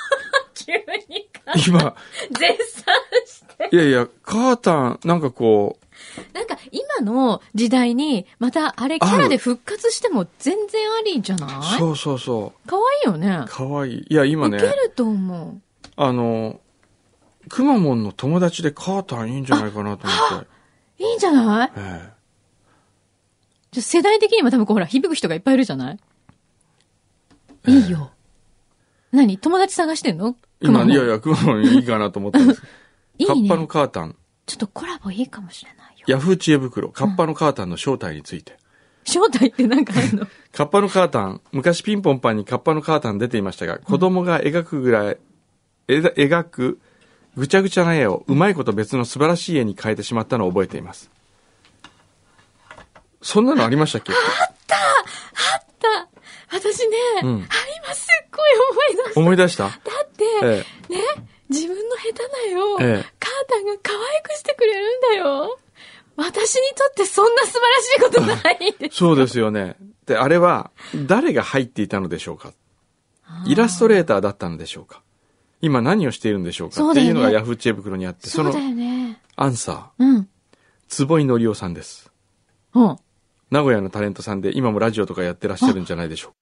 Speaker 1: [laughs]
Speaker 2: 急にカー
Speaker 1: 今
Speaker 2: 絶賛して。
Speaker 1: いやいやカータンなんかこう
Speaker 2: なんか、今の時代に、また、あれ、キャラで復活しても全然ありじゃない
Speaker 1: そうそうそう
Speaker 2: 可愛いよね。
Speaker 1: かわいいいや今ね
Speaker 2: 受けると思う。
Speaker 1: あの、くまモンの友達でカータンいいんじゃないかなと
Speaker 2: [laughs]
Speaker 1: 思って。
Speaker 2: いいんじゃない
Speaker 1: え
Speaker 2: じゃ世代的にも多分こうほら、響く人がいっぱいいるじゃないいいよ。何友達探してんの
Speaker 1: え、
Speaker 2: くま
Speaker 1: 今、
Speaker 2: モン
Speaker 1: いやいや、くまモンいいかなと思ったんです。
Speaker 2: [laughs] い
Speaker 1: カ
Speaker 2: い
Speaker 1: ッ
Speaker 2: ね。
Speaker 1: パのカータン、
Speaker 2: ちょっとコラボいいかもしれないよ。
Speaker 1: ヤフー知恵袋、カッパのカータンの正体について。
Speaker 2: 正体ってなんかある
Speaker 1: [laughs]
Speaker 2: の
Speaker 1: カッパのカータン、昔ピンポンパンにカッパのカータン出ていましたが、子供が描くぐらい、えだ描くぐちゃぐちゃな絵をうまいこと別の素晴らしい絵に変えてしまったのを覚えています。そんなのありました
Speaker 2: [laughs]
Speaker 1: っけ
Speaker 2: だ私ね、
Speaker 1: うん
Speaker 2: あ今すっごい思い出した。
Speaker 1: 思い出
Speaker 2: [laughs]
Speaker 1: した
Speaker 2: だって、
Speaker 1: え
Speaker 2: ね、自分の下手な絵を、
Speaker 1: ええ
Speaker 2: カータンが可愛くしてくれるんだよ。私にとってそんな素晴らしいことないです。
Speaker 1: そうですよね。で、あれは、誰が入っていたのでしょうかイラストレーターだったのでしょうか今何をしているんでしょうか
Speaker 2: そう
Speaker 1: って
Speaker 2: だよね
Speaker 1: いうのがヤフー知恵袋にあって、
Speaker 2: そうだよね。
Speaker 1: アンサー、
Speaker 2: うん。
Speaker 1: 坪井のりおさんです。
Speaker 2: うん。
Speaker 1: 名古屋のタレントさんで今もラジオとかやってらっしゃるんじゃないでしょ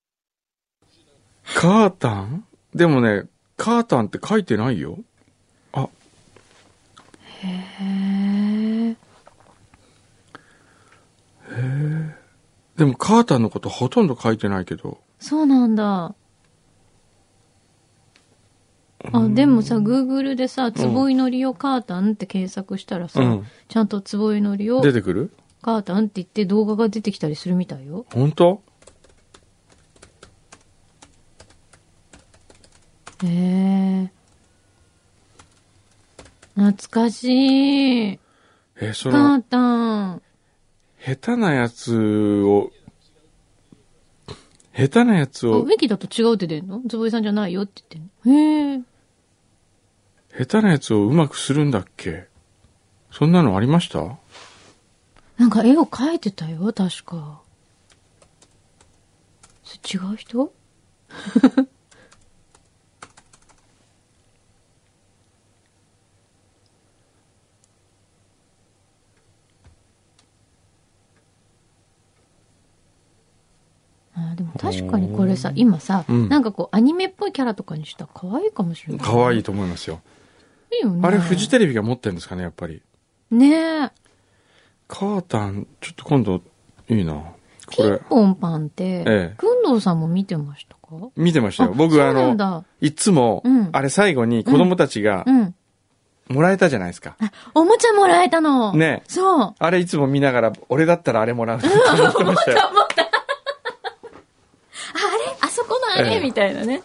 Speaker 1: うか。カータンでもね、カータンって書いてないよ。あ、
Speaker 2: へえ。
Speaker 1: でもカータンのことほとんど書いてないけど。
Speaker 2: そうなんだ。あ、でもさ、グーグルでさ、坪井のりをカータンって検索したらさ、
Speaker 1: うん
Speaker 2: ちゃんと坪井のりを
Speaker 1: 出てくる
Speaker 2: カータンって言って動画が出てきたりするみたいよ。
Speaker 1: 本当
Speaker 2: へえ。懐かしい。
Speaker 1: え、そ
Speaker 2: カ
Speaker 1: の
Speaker 2: ー、タン。
Speaker 1: 下手なやつを、下手なやつ
Speaker 2: あウ
Speaker 1: を、
Speaker 2: ィキだと違うって出るの坪井さんじゃないよって言ってんの。へえ。
Speaker 1: 下手なやつをうまくするんだっけそんなのありました
Speaker 2: なんか絵を描いてたよ、確か。それ違う人 [laughs] あーでも確かにこれさ、今さ、
Speaker 1: うん
Speaker 2: なんかこうアニメっぽいキャラとかにしたら可愛いかもしれない。
Speaker 1: 可愛いと思いますよ。
Speaker 2: いいよね。
Speaker 1: あれ、フジテレビが持ってるんですかね、やっぱり。
Speaker 2: ねえ。
Speaker 1: カータン、ちょっと今度、いいな。こ
Speaker 2: ピン
Speaker 1: れ、
Speaker 2: ポンパンって、
Speaker 1: ええ
Speaker 2: くんどうさんも見てましたか
Speaker 1: 見てましたよ。
Speaker 2: そ
Speaker 1: 僕、あ
Speaker 2: うなん
Speaker 1: の、
Speaker 2: だ。
Speaker 1: いつも
Speaker 2: うん、
Speaker 1: あれ最後に子供たちが
Speaker 2: う、ん。
Speaker 1: もらえたじゃないですか。
Speaker 2: おもちゃもらえたの。
Speaker 1: ね
Speaker 2: そう。
Speaker 1: あれいつも見ながら、俺だったらあれもらうなって思ってましたよ。
Speaker 2: あそこのあれ、
Speaker 1: ええ
Speaker 2: みたいなね。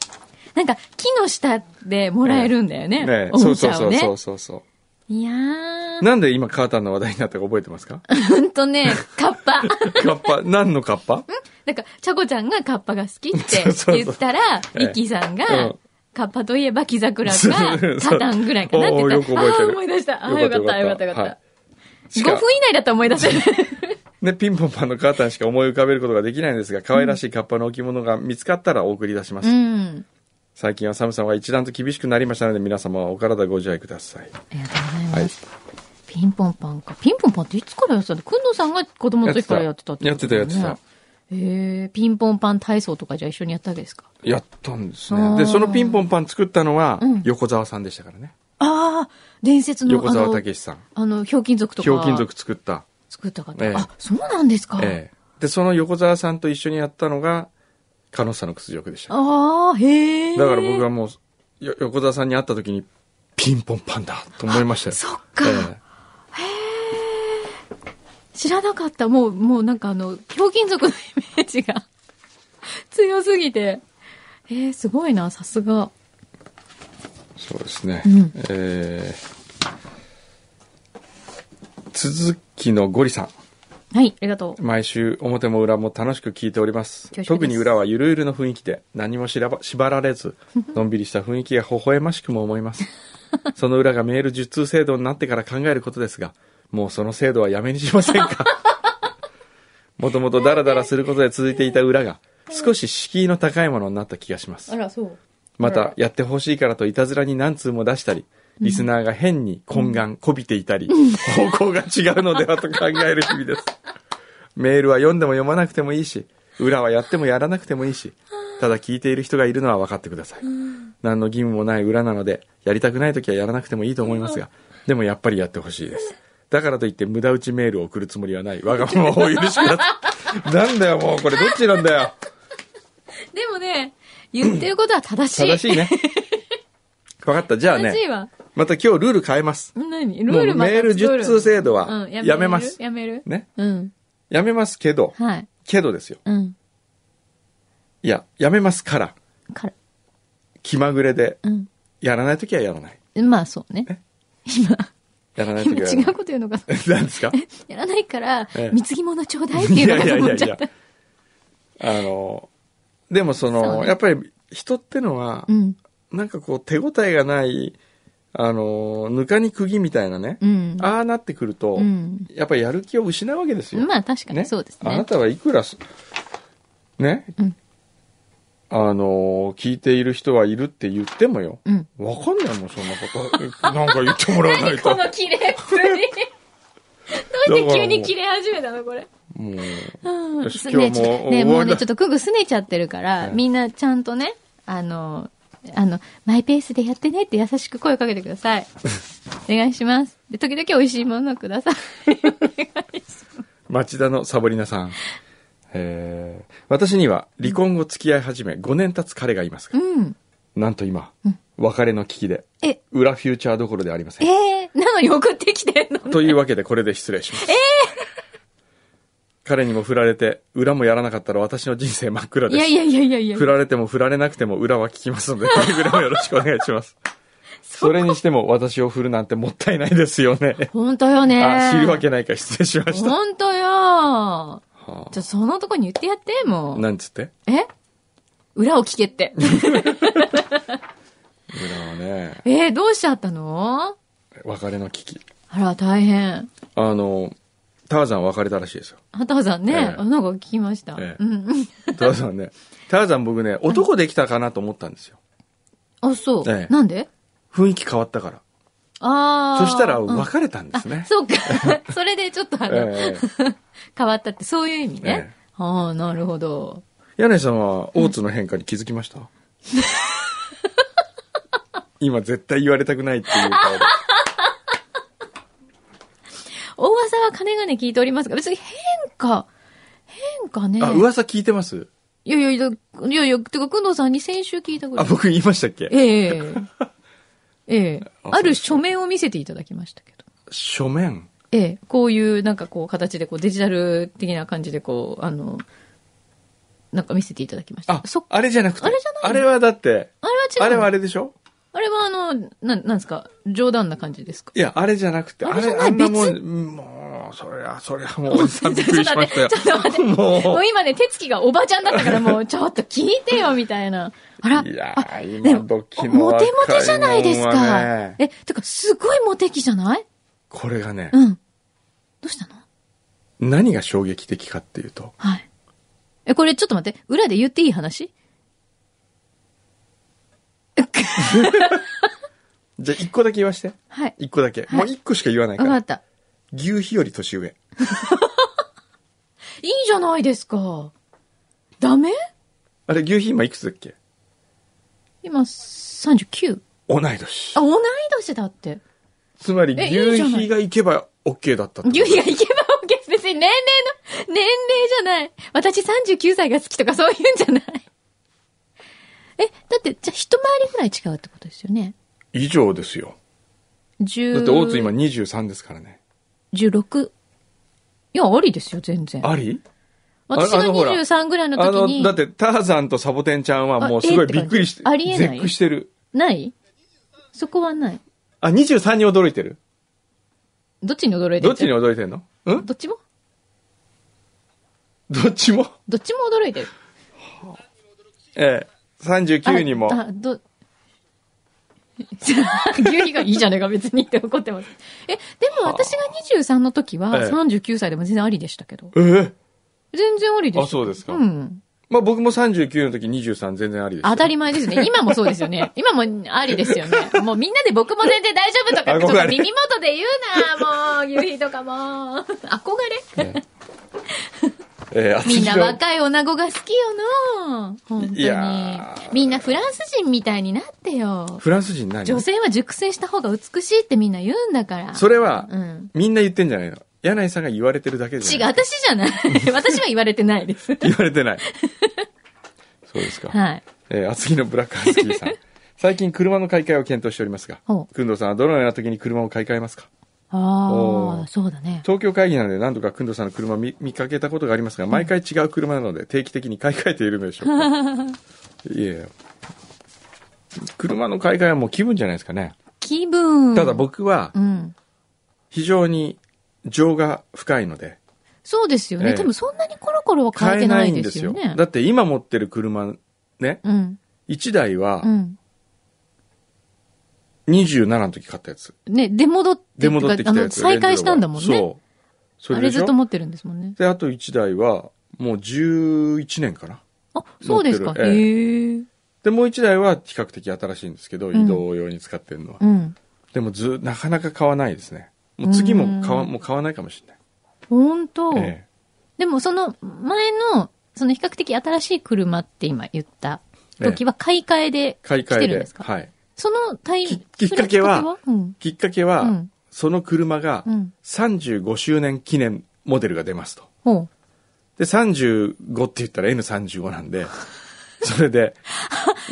Speaker 2: なんか、木の下でもらえるんだよね。
Speaker 1: ね
Speaker 2: お
Speaker 1: そ
Speaker 2: も
Speaker 1: う
Speaker 2: ち
Speaker 1: そう
Speaker 2: ゃ
Speaker 1: そ
Speaker 2: を
Speaker 1: う
Speaker 2: ね
Speaker 1: そ。うそうそう。
Speaker 2: いやー。
Speaker 1: なんで今カータンの話題になったか覚えてますか
Speaker 2: ほんとね、カッ
Speaker 1: [laughs]
Speaker 2: パ。
Speaker 1: カッパ、何のカッパ
Speaker 2: なんか、チャコちゃんがカッパが好きっ
Speaker 1: そうそうそう
Speaker 2: て言ったら、
Speaker 1: ええ
Speaker 2: リッキーさん
Speaker 1: う
Speaker 2: が
Speaker 1: ん、
Speaker 2: カッパといえば木桜
Speaker 1: そう
Speaker 2: か、カタンぐらいかなって言ったら。
Speaker 1: [laughs] おーよく覚えてる
Speaker 2: あー思い出した。あーよかった、よかった、よかった。。
Speaker 1: し
Speaker 2: 5
Speaker 1: か
Speaker 2: 分以内だったら思い出せる。
Speaker 1: ね、ピンポンパンのカータンしか思い浮かべることができないんですが、可愛らしいカッパの置物が見つかったらお送り出します。
Speaker 2: うん。
Speaker 1: 最近は寒さが一段と厳しくなりましたので、皆様はお体ご自愛ください。
Speaker 2: ありがとうございます。ピンポンパンか。ピンポンパンっていつからやってたのくんのさんが子供の時からやってたってことだよね
Speaker 1: やってたやってた。
Speaker 2: へえピンポンパン体操とかじゃあ一緒にやったわけですか
Speaker 1: やったんです
Speaker 2: あー
Speaker 1: ね。で、そのピンポンパン作ったのは
Speaker 2: うん、
Speaker 1: 横澤さんでしたからね。
Speaker 2: ああ、伝説の
Speaker 1: 横
Speaker 2: あ
Speaker 1: 澤
Speaker 2: の、
Speaker 1: 武史さん。
Speaker 2: あの、ひょうきん族とか。
Speaker 1: ひょうきん族作った。
Speaker 2: 作った方。
Speaker 1: ええ
Speaker 2: あ、そうなんですか。
Speaker 1: ええ。で、その横澤さんと一緒にやったのが、カノッサの屈辱でした。
Speaker 2: ああ、へえ。
Speaker 1: だから僕はもう、よ横澤さんに会った時に、ピンポンパンだと思いましたよ。
Speaker 2: そっか、
Speaker 1: ええ
Speaker 2: 知らなかった。もう、もうなんかあの、ひょうきん族のイ [laughs] メージが強すぎて。ええすごいな、さすが。
Speaker 1: そうですね。
Speaker 2: うん
Speaker 1: えー、続きのゴリさん。
Speaker 2: はい、ありがとう。
Speaker 1: 毎週表も裏も楽しく聞いております
Speaker 2: 恐縮です
Speaker 1: 特に裏はゆるゆるの雰囲気で何もしらば縛られずのんびりした雰囲気が微笑ましくも思いますその裏がメール受通制度になってから考えることですがもうその制度はやめにしませんかもともとダラダラすることで続いていた裏が少し敷居の高いものになった気がします
Speaker 2: あら、そう。
Speaker 1: ま
Speaker 2: あ
Speaker 1: た
Speaker 2: ら、
Speaker 1: やってほしいからといたずらに何通も出したり、リスナーが変に懇願、こびていたり、方向が違うのではと考える日々です。メールは読んでも読まなくてもいいし、裏はやってもやらなくてもいいし、ただ聞いている人がいるのは分かってください。何の義務もない裏なので、やりたくない時はやらなくてもいいと思いますが、でもやっぱりやってほしいです。だからといって無駄打ちメールを送るつもりはない。わがままをお許しくださ
Speaker 2: [laughs]
Speaker 1: い。なんだよもう、これどっちなんだよ。
Speaker 2: でもね、言ってることは正しい。
Speaker 1: 正しいね。分かった。じゃあね。
Speaker 2: 正しいわ。
Speaker 1: また今日ルール変えます。
Speaker 2: 何ルール
Speaker 1: もうメール10通制度
Speaker 2: 度
Speaker 1: はやめます。
Speaker 2: やめる
Speaker 1: ね。
Speaker 2: うん。
Speaker 1: やめますけど、
Speaker 2: はい。
Speaker 1: けどですよ。
Speaker 2: うん。
Speaker 1: いや、やめますから、
Speaker 2: から。
Speaker 1: 気まぐれで、
Speaker 2: う
Speaker 1: やらないときはやらない。
Speaker 2: ん。まあそうね。
Speaker 1: やらないと
Speaker 2: 今
Speaker 1: きはや
Speaker 2: [laughs] 違
Speaker 1: らな
Speaker 2: うこ
Speaker 1: い。
Speaker 2: と言うのかな。
Speaker 1: [laughs] 何ですか
Speaker 2: やらないから
Speaker 1: ええ、
Speaker 2: 貢ぎ物ちょうだいって
Speaker 1: い
Speaker 2: いう
Speaker 1: や
Speaker 2: の
Speaker 1: い
Speaker 2: か
Speaker 1: や
Speaker 2: と
Speaker 1: い
Speaker 2: 思
Speaker 1: や
Speaker 2: っ
Speaker 1: い
Speaker 2: ちゃ
Speaker 1: や
Speaker 2: った。。
Speaker 1: あの、でもそ
Speaker 2: そ
Speaker 1: の、
Speaker 2: うね
Speaker 1: やっぱり人ってのは
Speaker 2: う、ん。
Speaker 1: なんかこう手応えがない、あの、ぬかに釘みたいなね
Speaker 2: う、ん。
Speaker 1: ああなってくると
Speaker 2: う、ん。
Speaker 1: やっぱりやる気を失うわけですよ。
Speaker 2: まあ確かにそうです
Speaker 1: あな
Speaker 2: ね。
Speaker 1: たはいくらす、ね、
Speaker 2: うん
Speaker 1: あのー聞いている人はいるって言ってもよ。
Speaker 2: うん。
Speaker 1: わかんないもん、そんなこと。なんか
Speaker 2: [laughs]
Speaker 1: 言ってもらわないと。 [laughs]
Speaker 2: この切れっぷり。どうして急に切れ始めたのこれ。
Speaker 1: もう、
Speaker 2: うん
Speaker 1: よし今日
Speaker 2: ねち
Speaker 1: はもう
Speaker 2: ょっとね
Speaker 1: 終わりだ
Speaker 2: もうね、ちょっとくぐすねちゃってるから、
Speaker 1: はい
Speaker 2: みんなちゃんとね、あの、あの、マイペースでやってねって優しく声をかけてくださ
Speaker 1: [laughs]
Speaker 2: い。お願いします。で、時々美味しいものをく
Speaker 1: [laughs]
Speaker 2: ださい。
Speaker 1: 町田のサボリナさん。えー私には離婚後付き合い始め5年経つ彼がいますが、
Speaker 2: うん。
Speaker 1: なんと今、別れの危機で、
Speaker 2: え、
Speaker 1: 裏フューチャーどころではありません。
Speaker 2: えー、なのに送ってきてんの
Speaker 1: というわけでこれで失礼します。彼にも振られて、裏もやらなかったら私の人生真っ
Speaker 2: い
Speaker 1: 暗で
Speaker 2: や
Speaker 1: す。
Speaker 2: いやいやい [laughs] やいや
Speaker 1: 振。られても振られなくても裏は聞きますので、くれぐれもよろしくお願い
Speaker 2: [laughs]
Speaker 1: します。それにしても私を振るなんてもったいないですよね。
Speaker 2: 本当よね。
Speaker 1: あ、知るわけないか失礼しました。
Speaker 2: 本当よ。
Speaker 1: は
Speaker 2: じゃ、そのとこに言ってやって、
Speaker 1: あ
Speaker 2: もう。
Speaker 1: なんつって
Speaker 2: え裏を聞け
Speaker 1: [laughs]
Speaker 2: って。
Speaker 1: 裏はね、
Speaker 2: えー、どうしちゃったの
Speaker 1: 別れの危機。
Speaker 2: あら、大変。
Speaker 1: あの、ターザンは別れたらしいですよ。
Speaker 2: [laughs] ハタさんね、
Speaker 1: ええ
Speaker 2: あなんか聞きました。
Speaker 1: え
Speaker 2: う
Speaker 1: え
Speaker 2: ん。
Speaker 1: ターザンね、ターザン僕ね、男できたかなと思ったんですよ。
Speaker 2: あ、そう。
Speaker 1: ええ
Speaker 2: なんで
Speaker 1: 雰囲気変わったから。
Speaker 2: ああ。
Speaker 1: そしたら
Speaker 2: うん
Speaker 1: 別れたんですね。
Speaker 2: [laughs] そうか。それでちょっとあの、
Speaker 1: ええ
Speaker 2: 変わったって、そういう意味ね。
Speaker 1: ええ
Speaker 2: ああ、なるほど。
Speaker 1: 柳井さんは大津の変化に気づき
Speaker 2: [laughs]
Speaker 1: ました、今絶対言われたくないっていう顔で
Speaker 2: 大噂は金がね聞いておりますが、別に変化、変化ね。
Speaker 1: あ、噂聞いてます
Speaker 2: いやいやいや、いやいや、てか、くんどうさんに先週聞いたぐら
Speaker 1: あ、
Speaker 2: い。
Speaker 1: 僕言いましたっけ
Speaker 2: ええええ
Speaker 1: あ
Speaker 2: ある書面を見せていただきましたけど。
Speaker 1: 書面
Speaker 2: ええこういう、なんかこう、形で、こう、デジタル的な感じで、こう、あの、なんか見せていただきました。
Speaker 1: あ
Speaker 2: そ、
Speaker 1: あれじゃなくて。
Speaker 2: あれじゃない
Speaker 1: あれはだって、
Speaker 2: あれは違う。
Speaker 1: あれはあれでしょ
Speaker 2: あれはあの、な、なんですか冗談な感じですか
Speaker 1: いや、あれじゃなくて、
Speaker 2: あ
Speaker 1: あ
Speaker 2: れじゃ
Speaker 1: れ、
Speaker 2: ない
Speaker 1: あんなもん、うんもう、そりゃ、そりゃ、もう、おじさんびっくりしましたよ
Speaker 2: [laughs] ちょっと待ってち
Speaker 1: [laughs]
Speaker 2: ょっ。も
Speaker 1: も
Speaker 2: う今ね、手つきがおばちゃんだったから、もう、ちょっと聞いてよ、みたいな。あら
Speaker 1: う。い、や
Speaker 2: あ
Speaker 1: ー、
Speaker 2: で
Speaker 1: 今
Speaker 2: も、
Speaker 1: 時の
Speaker 2: モ
Speaker 1: 若
Speaker 2: テ
Speaker 1: い
Speaker 2: モテじゃないです
Speaker 1: もんは
Speaker 2: か
Speaker 1: ね。
Speaker 2: え、てか、すごいモテ期じゃない
Speaker 1: これがね、
Speaker 2: うん。どうしたの
Speaker 1: 何が衝撃的かっていうと、
Speaker 2: はい。え、これちょっと待って、裏で言っていい話
Speaker 1: じゃあ一個だけ言わして。
Speaker 2: はい。
Speaker 1: 一個だけ。もう一個しか言わないか
Speaker 2: わからっ。た。
Speaker 1: 牛皮より年上。
Speaker 2: いいじゃないですか。ダメ
Speaker 1: あれ、牛皮今いくつだっけ
Speaker 2: 今、39。
Speaker 1: 同い年
Speaker 2: あ、。同い年だって。
Speaker 1: つまり、
Speaker 2: えいいじ
Speaker 1: 牛
Speaker 2: ゃない
Speaker 1: 皮が行けば OK だったってこと
Speaker 2: 牛がいけば OK 別に年齢の、年齢じゃない。私39歳が好きとかそういうんじゃない。え、だって、じゃあ一回りぐらい違うってことですよね。
Speaker 1: 以上ですよ。
Speaker 2: 10
Speaker 1: だって、大津今23ですからね。
Speaker 2: 16。いや、ありですよ、全然。
Speaker 1: あり
Speaker 2: 私が
Speaker 1: あのほら
Speaker 2: 23ぐらいの
Speaker 1: あ
Speaker 2: 時
Speaker 1: の、
Speaker 2: に。
Speaker 1: だって、ターザンとサボテンちゃんはもう
Speaker 2: あ
Speaker 1: すご
Speaker 2: え
Speaker 1: い
Speaker 2: って感
Speaker 1: び
Speaker 2: じ
Speaker 1: っくりして、
Speaker 2: ありえない
Speaker 1: 絶句してる。
Speaker 2: ないそこはない。
Speaker 1: あ、23に驚いてる
Speaker 2: どっちに驚いて
Speaker 1: ど
Speaker 2: る
Speaker 1: っちに驚いてんのん
Speaker 2: どっちも
Speaker 1: どっちも
Speaker 2: どっちも驚いてる。
Speaker 1: ええ。39にも。
Speaker 2: あ、あど、 [laughs] じゃあ牛皮がいいじゃねえか、別にって怒ってます。え、でも私が23の時は
Speaker 1: ええ
Speaker 2: 39歳でも全然ありでしたけど。
Speaker 1: ええ。
Speaker 2: 全然ありでした。
Speaker 1: あそうですか
Speaker 2: うん。
Speaker 1: まあ僕も39の時23全然ありですよ。
Speaker 2: 当たり前ですね。今もそうですよ
Speaker 1: [laughs]
Speaker 2: ね。今もありですよね。もうみんなで僕も全然大丈夫とかって
Speaker 1: 憧れ
Speaker 2: ちょっと耳元で言うな、もう、牛皮と
Speaker 1: [laughs]
Speaker 2: かもう。憧れ
Speaker 1: ええ。ええ、
Speaker 2: [laughs] みんな
Speaker 1: 私が
Speaker 2: 若い女子が好きよな本当
Speaker 1: い
Speaker 2: に
Speaker 1: や。ー
Speaker 2: みんなフランス人みたいになってよ。
Speaker 1: フランス人何
Speaker 2: 女性は熟成した方が美しいってみんな言うんだから。
Speaker 1: それは、
Speaker 2: うん
Speaker 1: みんな言ってんじゃないの柳井さんが言われてるだけじ
Speaker 2: 違
Speaker 1: ゃ
Speaker 2: う、
Speaker 1: ない
Speaker 2: 私じゃ
Speaker 1: [laughs]
Speaker 2: ない。私は言われてないです。
Speaker 1: 言われてない。
Speaker 2: [laughs]
Speaker 1: そうですか。
Speaker 2: はい。
Speaker 1: えー、厚木のブラックハスキー
Speaker 2: [laughs]
Speaker 1: さん。最近車の買い替えを検討しておりますが
Speaker 2: ほ、
Speaker 1: くんどうさんはどのような時に車を買い替えますか
Speaker 2: あ
Speaker 1: おー
Speaker 2: あ、そうだね。
Speaker 1: 東京会議なので何度かくんどうさんの車を見見かけたことがありますが、毎回違う車なので定期的に買い替えているのでしょうか。
Speaker 2: [laughs]
Speaker 1: いえ。車の買い替えはもう気分じゃないですかね。
Speaker 2: 気分。
Speaker 1: ただ。僕は
Speaker 2: うん。
Speaker 1: 非常に情が深いので、
Speaker 2: そうですよね。
Speaker 1: ええ
Speaker 2: 多分そんなにコロコロは変え
Speaker 1: 買え
Speaker 2: て
Speaker 1: な
Speaker 2: ないい
Speaker 1: ん
Speaker 2: で
Speaker 1: ですす
Speaker 2: よ
Speaker 1: よ。
Speaker 2: ね。
Speaker 1: だって今持ってる車ね、
Speaker 2: うん。
Speaker 1: 1台は
Speaker 2: うん。
Speaker 1: 27の時買ったやつ。
Speaker 2: ね、出戻って、
Speaker 1: で戻ってき
Speaker 2: あ
Speaker 1: たや
Speaker 2: の、
Speaker 1: つ。
Speaker 2: 再開したんだもん
Speaker 1: レンジ
Speaker 2: ね。
Speaker 1: ローバーそ
Speaker 2: あ
Speaker 1: う。
Speaker 2: れ
Speaker 1: それで
Speaker 2: ず
Speaker 1: し
Speaker 2: っと
Speaker 1: ょ
Speaker 2: 持ってるんですもんね。
Speaker 1: で、あと1台はもう11年かな。
Speaker 2: あ、そうですか
Speaker 1: 乗っ。てる
Speaker 2: へえ。
Speaker 1: で、もう1台は比較的新しいんですけど、
Speaker 2: ん
Speaker 1: 移動用に使ってるのは。
Speaker 2: うん。
Speaker 1: でもず、なかなか買わないですね。もう次も買わ、
Speaker 2: うん
Speaker 1: もう買わないかもしれない。
Speaker 2: 本当
Speaker 1: ええ
Speaker 2: でもその前の、その比較的新しい車って今言った時は買い替えで
Speaker 1: 買い
Speaker 2: 来
Speaker 1: 替
Speaker 2: て
Speaker 1: え
Speaker 2: るん
Speaker 1: で
Speaker 2: です。か
Speaker 1: はい。
Speaker 2: そのタイ
Speaker 1: ききっかけは
Speaker 2: うん。
Speaker 1: きっかけ
Speaker 2: う
Speaker 1: は
Speaker 2: ん、
Speaker 1: その車が
Speaker 2: うん
Speaker 1: 35周年記念モデルが出ますと。
Speaker 2: ほう。
Speaker 1: で、35って言ったら N35 な
Speaker 2: [laughs]
Speaker 1: んで、それで、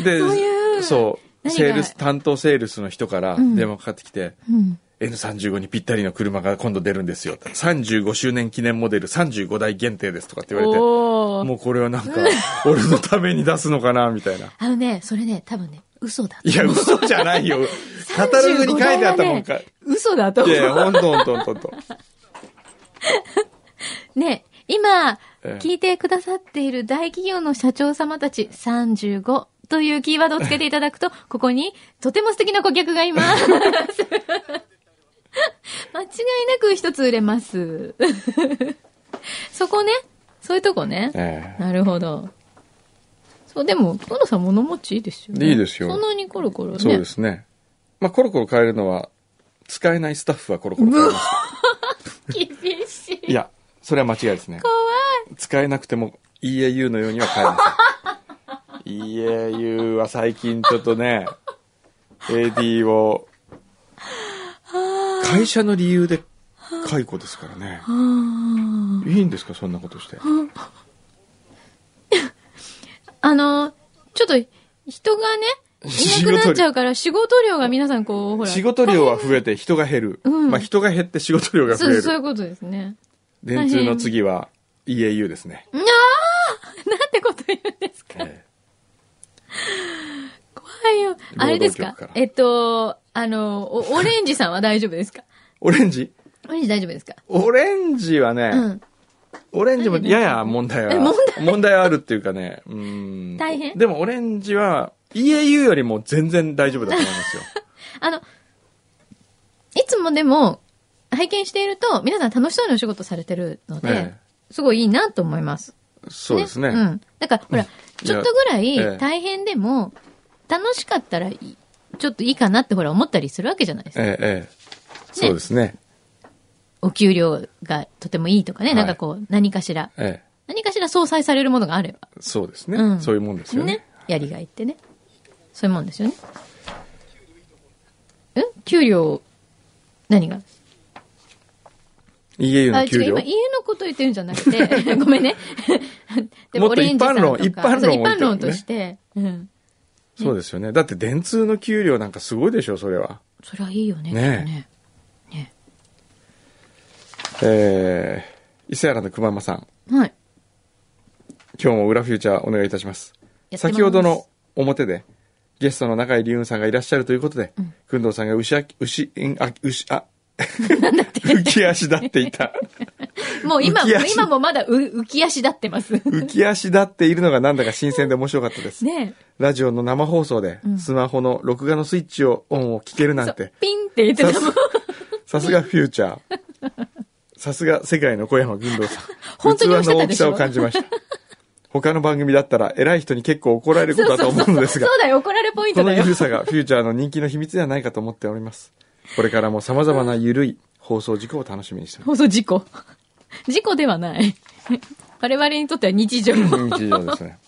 Speaker 1: で、
Speaker 2: そういう
Speaker 1: そう
Speaker 2: 何が
Speaker 1: セールス、担当セールスの人から
Speaker 2: ん
Speaker 1: 電話かかってきて、
Speaker 2: うん。
Speaker 1: N35 にぴったりの車が今度出るんですよ。35周年記念モデル35台限定ですとかって言われて、
Speaker 3: おー。
Speaker 1: もうこれは
Speaker 2: [laughs]
Speaker 1: なんか、俺のために出すのかな、みたいな。
Speaker 2: あのね、それね、多分ね、嘘だ。
Speaker 1: いや、嘘じゃな
Speaker 2: [laughs]
Speaker 1: いよ。カタログに書いてあったもん
Speaker 2: 35。
Speaker 1: か
Speaker 2: がね嘘だと
Speaker 1: い
Speaker 2: 思
Speaker 1: や、
Speaker 2: う。
Speaker 1: ほんとほんとほんとほんと。
Speaker 2: ね、今、
Speaker 1: ええ
Speaker 2: 聞いてくださっている大企業の社長様たち35というキーワードをつけていただく
Speaker 1: [laughs]
Speaker 2: と、ここにとても素敵な顧客がいます。間違いなく一つ売れます。そこね、そういうとこね。
Speaker 1: ええ
Speaker 2: なるほど。そう、でも、久野さん物持ちいいですよね。
Speaker 1: いいですよ
Speaker 2: そんなにコロコロね。
Speaker 1: そうですね。まあ、コロコロ変えるのは、使えないスタッフはコロコロ変えます。
Speaker 2: 厳しい。
Speaker 1: いや、それは間違いですね。
Speaker 2: 怖
Speaker 1: 使えなくても EAU のようには変えません。EAU は最近ちょっとね、AD を、会社の理由で解雇ですからね。いいんですか、そんなことして。
Speaker 2: い。あの、ちょっと、人がね、いなくなっちゃうから、仕事量が皆さんこう、ほら。
Speaker 1: 仕事量は増えて人が減る。
Speaker 2: うん
Speaker 1: まあ人が減って仕事量が
Speaker 2: そ
Speaker 1: 増
Speaker 2: う
Speaker 1: え
Speaker 2: ですそうい
Speaker 1: る。
Speaker 2: うことですね。
Speaker 1: 電通の次は EAU ですね。
Speaker 2: なんてこと言うんですか。
Speaker 1: え
Speaker 2: 怖いよ。あれです
Speaker 1: 労
Speaker 2: か
Speaker 1: 働局から
Speaker 2: えっと、あの、おオレンジさんは大丈夫ですか
Speaker 1: えオレンジ
Speaker 2: オレンジ大丈夫ですか
Speaker 1: オレンジはね、
Speaker 2: うん。
Speaker 1: オレンジもやや問題は、
Speaker 2: え問
Speaker 1: 問題はあるっていうかね、うん。
Speaker 2: 大変
Speaker 1: でもオレンジは EAU よりも全然大丈夫だと思
Speaker 2: [laughs]
Speaker 1: いますよ。
Speaker 2: あの、いつもでも、拝見していると、皆さん楽しそうにお仕事されてるので、
Speaker 1: え
Speaker 2: すごいいいなと思います。
Speaker 1: そうですね。
Speaker 2: うん。だから、ほら、ちょっとぐら
Speaker 1: ええ
Speaker 2: い大変でも、楽しかったらいい、ちょっといいかなってほら思ったりするわけじゃないですか。
Speaker 1: ええ、ええ。そうですね。
Speaker 2: お給料がとてもいいとかね、
Speaker 1: はい
Speaker 2: なんかこう、何かしら、
Speaker 1: ええ。
Speaker 2: 何かしら相殺されるものがあれば、
Speaker 1: そうですね、
Speaker 2: うん
Speaker 1: そういうもんですよね。
Speaker 2: ね、やりがいってね。そういうもんですよね。え給料、何が
Speaker 1: EAU
Speaker 2: あ、
Speaker 1: の
Speaker 2: 違
Speaker 1: 給
Speaker 2: う、
Speaker 1: 料
Speaker 2: 今。家のこと言ってるんじゃなくて、 [laughs] ごめんね。
Speaker 1: [laughs] もっと一般論
Speaker 2: オレンジさんとかそう一
Speaker 1: 一般論を言っ
Speaker 2: 般
Speaker 1: てるのね
Speaker 2: 論として、うん。
Speaker 1: そうですよね。だって電通の給料なんかすごいでしょ、それは。
Speaker 2: それはいいよね。
Speaker 1: ね
Speaker 2: きっとね
Speaker 1: ええ、伊勢原の熊間さん。
Speaker 2: ねはい。
Speaker 1: 今日も裏フューチャーお願いいたします
Speaker 2: やってます
Speaker 1: 先ほどの表でゲストの中井龍雲さんがいらっしゃるということで、工藤さんが牛あき牛んあ牛あ [laughs] 浮き足立っていた
Speaker 2: もう今も
Speaker 1: 浮き足、
Speaker 2: 今もまだう浮き足立ってます。
Speaker 1: [laughs] 浮き足立っているのがなんだか新鮮で面白かったです、
Speaker 2: ね
Speaker 1: ラジオの生放送でスマホの録画のスイッチをオンを聞ける
Speaker 2: え。
Speaker 1: な
Speaker 2: そ
Speaker 1: んて
Speaker 2: うピンって言って
Speaker 1: さ
Speaker 2: た
Speaker 1: す
Speaker 2: もん。
Speaker 1: さすがフューチャーさすが世界の小山軍藤さん
Speaker 2: [laughs] 本当に押
Speaker 1: 器
Speaker 2: して
Speaker 1: の
Speaker 2: た
Speaker 1: 大
Speaker 2: で
Speaker 1: き
Speaker 2: しょ
Speaker 1: さを感じました他の番組だったら偉い人に結構怒られることだと思うのですが
Speaker 2: そうだよ、怒られポイン
Speaker 1: [laughs] こ
Speaker 2: ト
Speaker 1: の
Speaker 2: だよ。
Speaker 1: 緩さがフューチャーの人気の秘密ではないかと思っております。これからも様々な緩い放送事故を楽しみにしており
Speaker 2: 放送事故。事故ではない。我々にとっては日常。
Speaker 1: ます。日常ですね。 [laughs]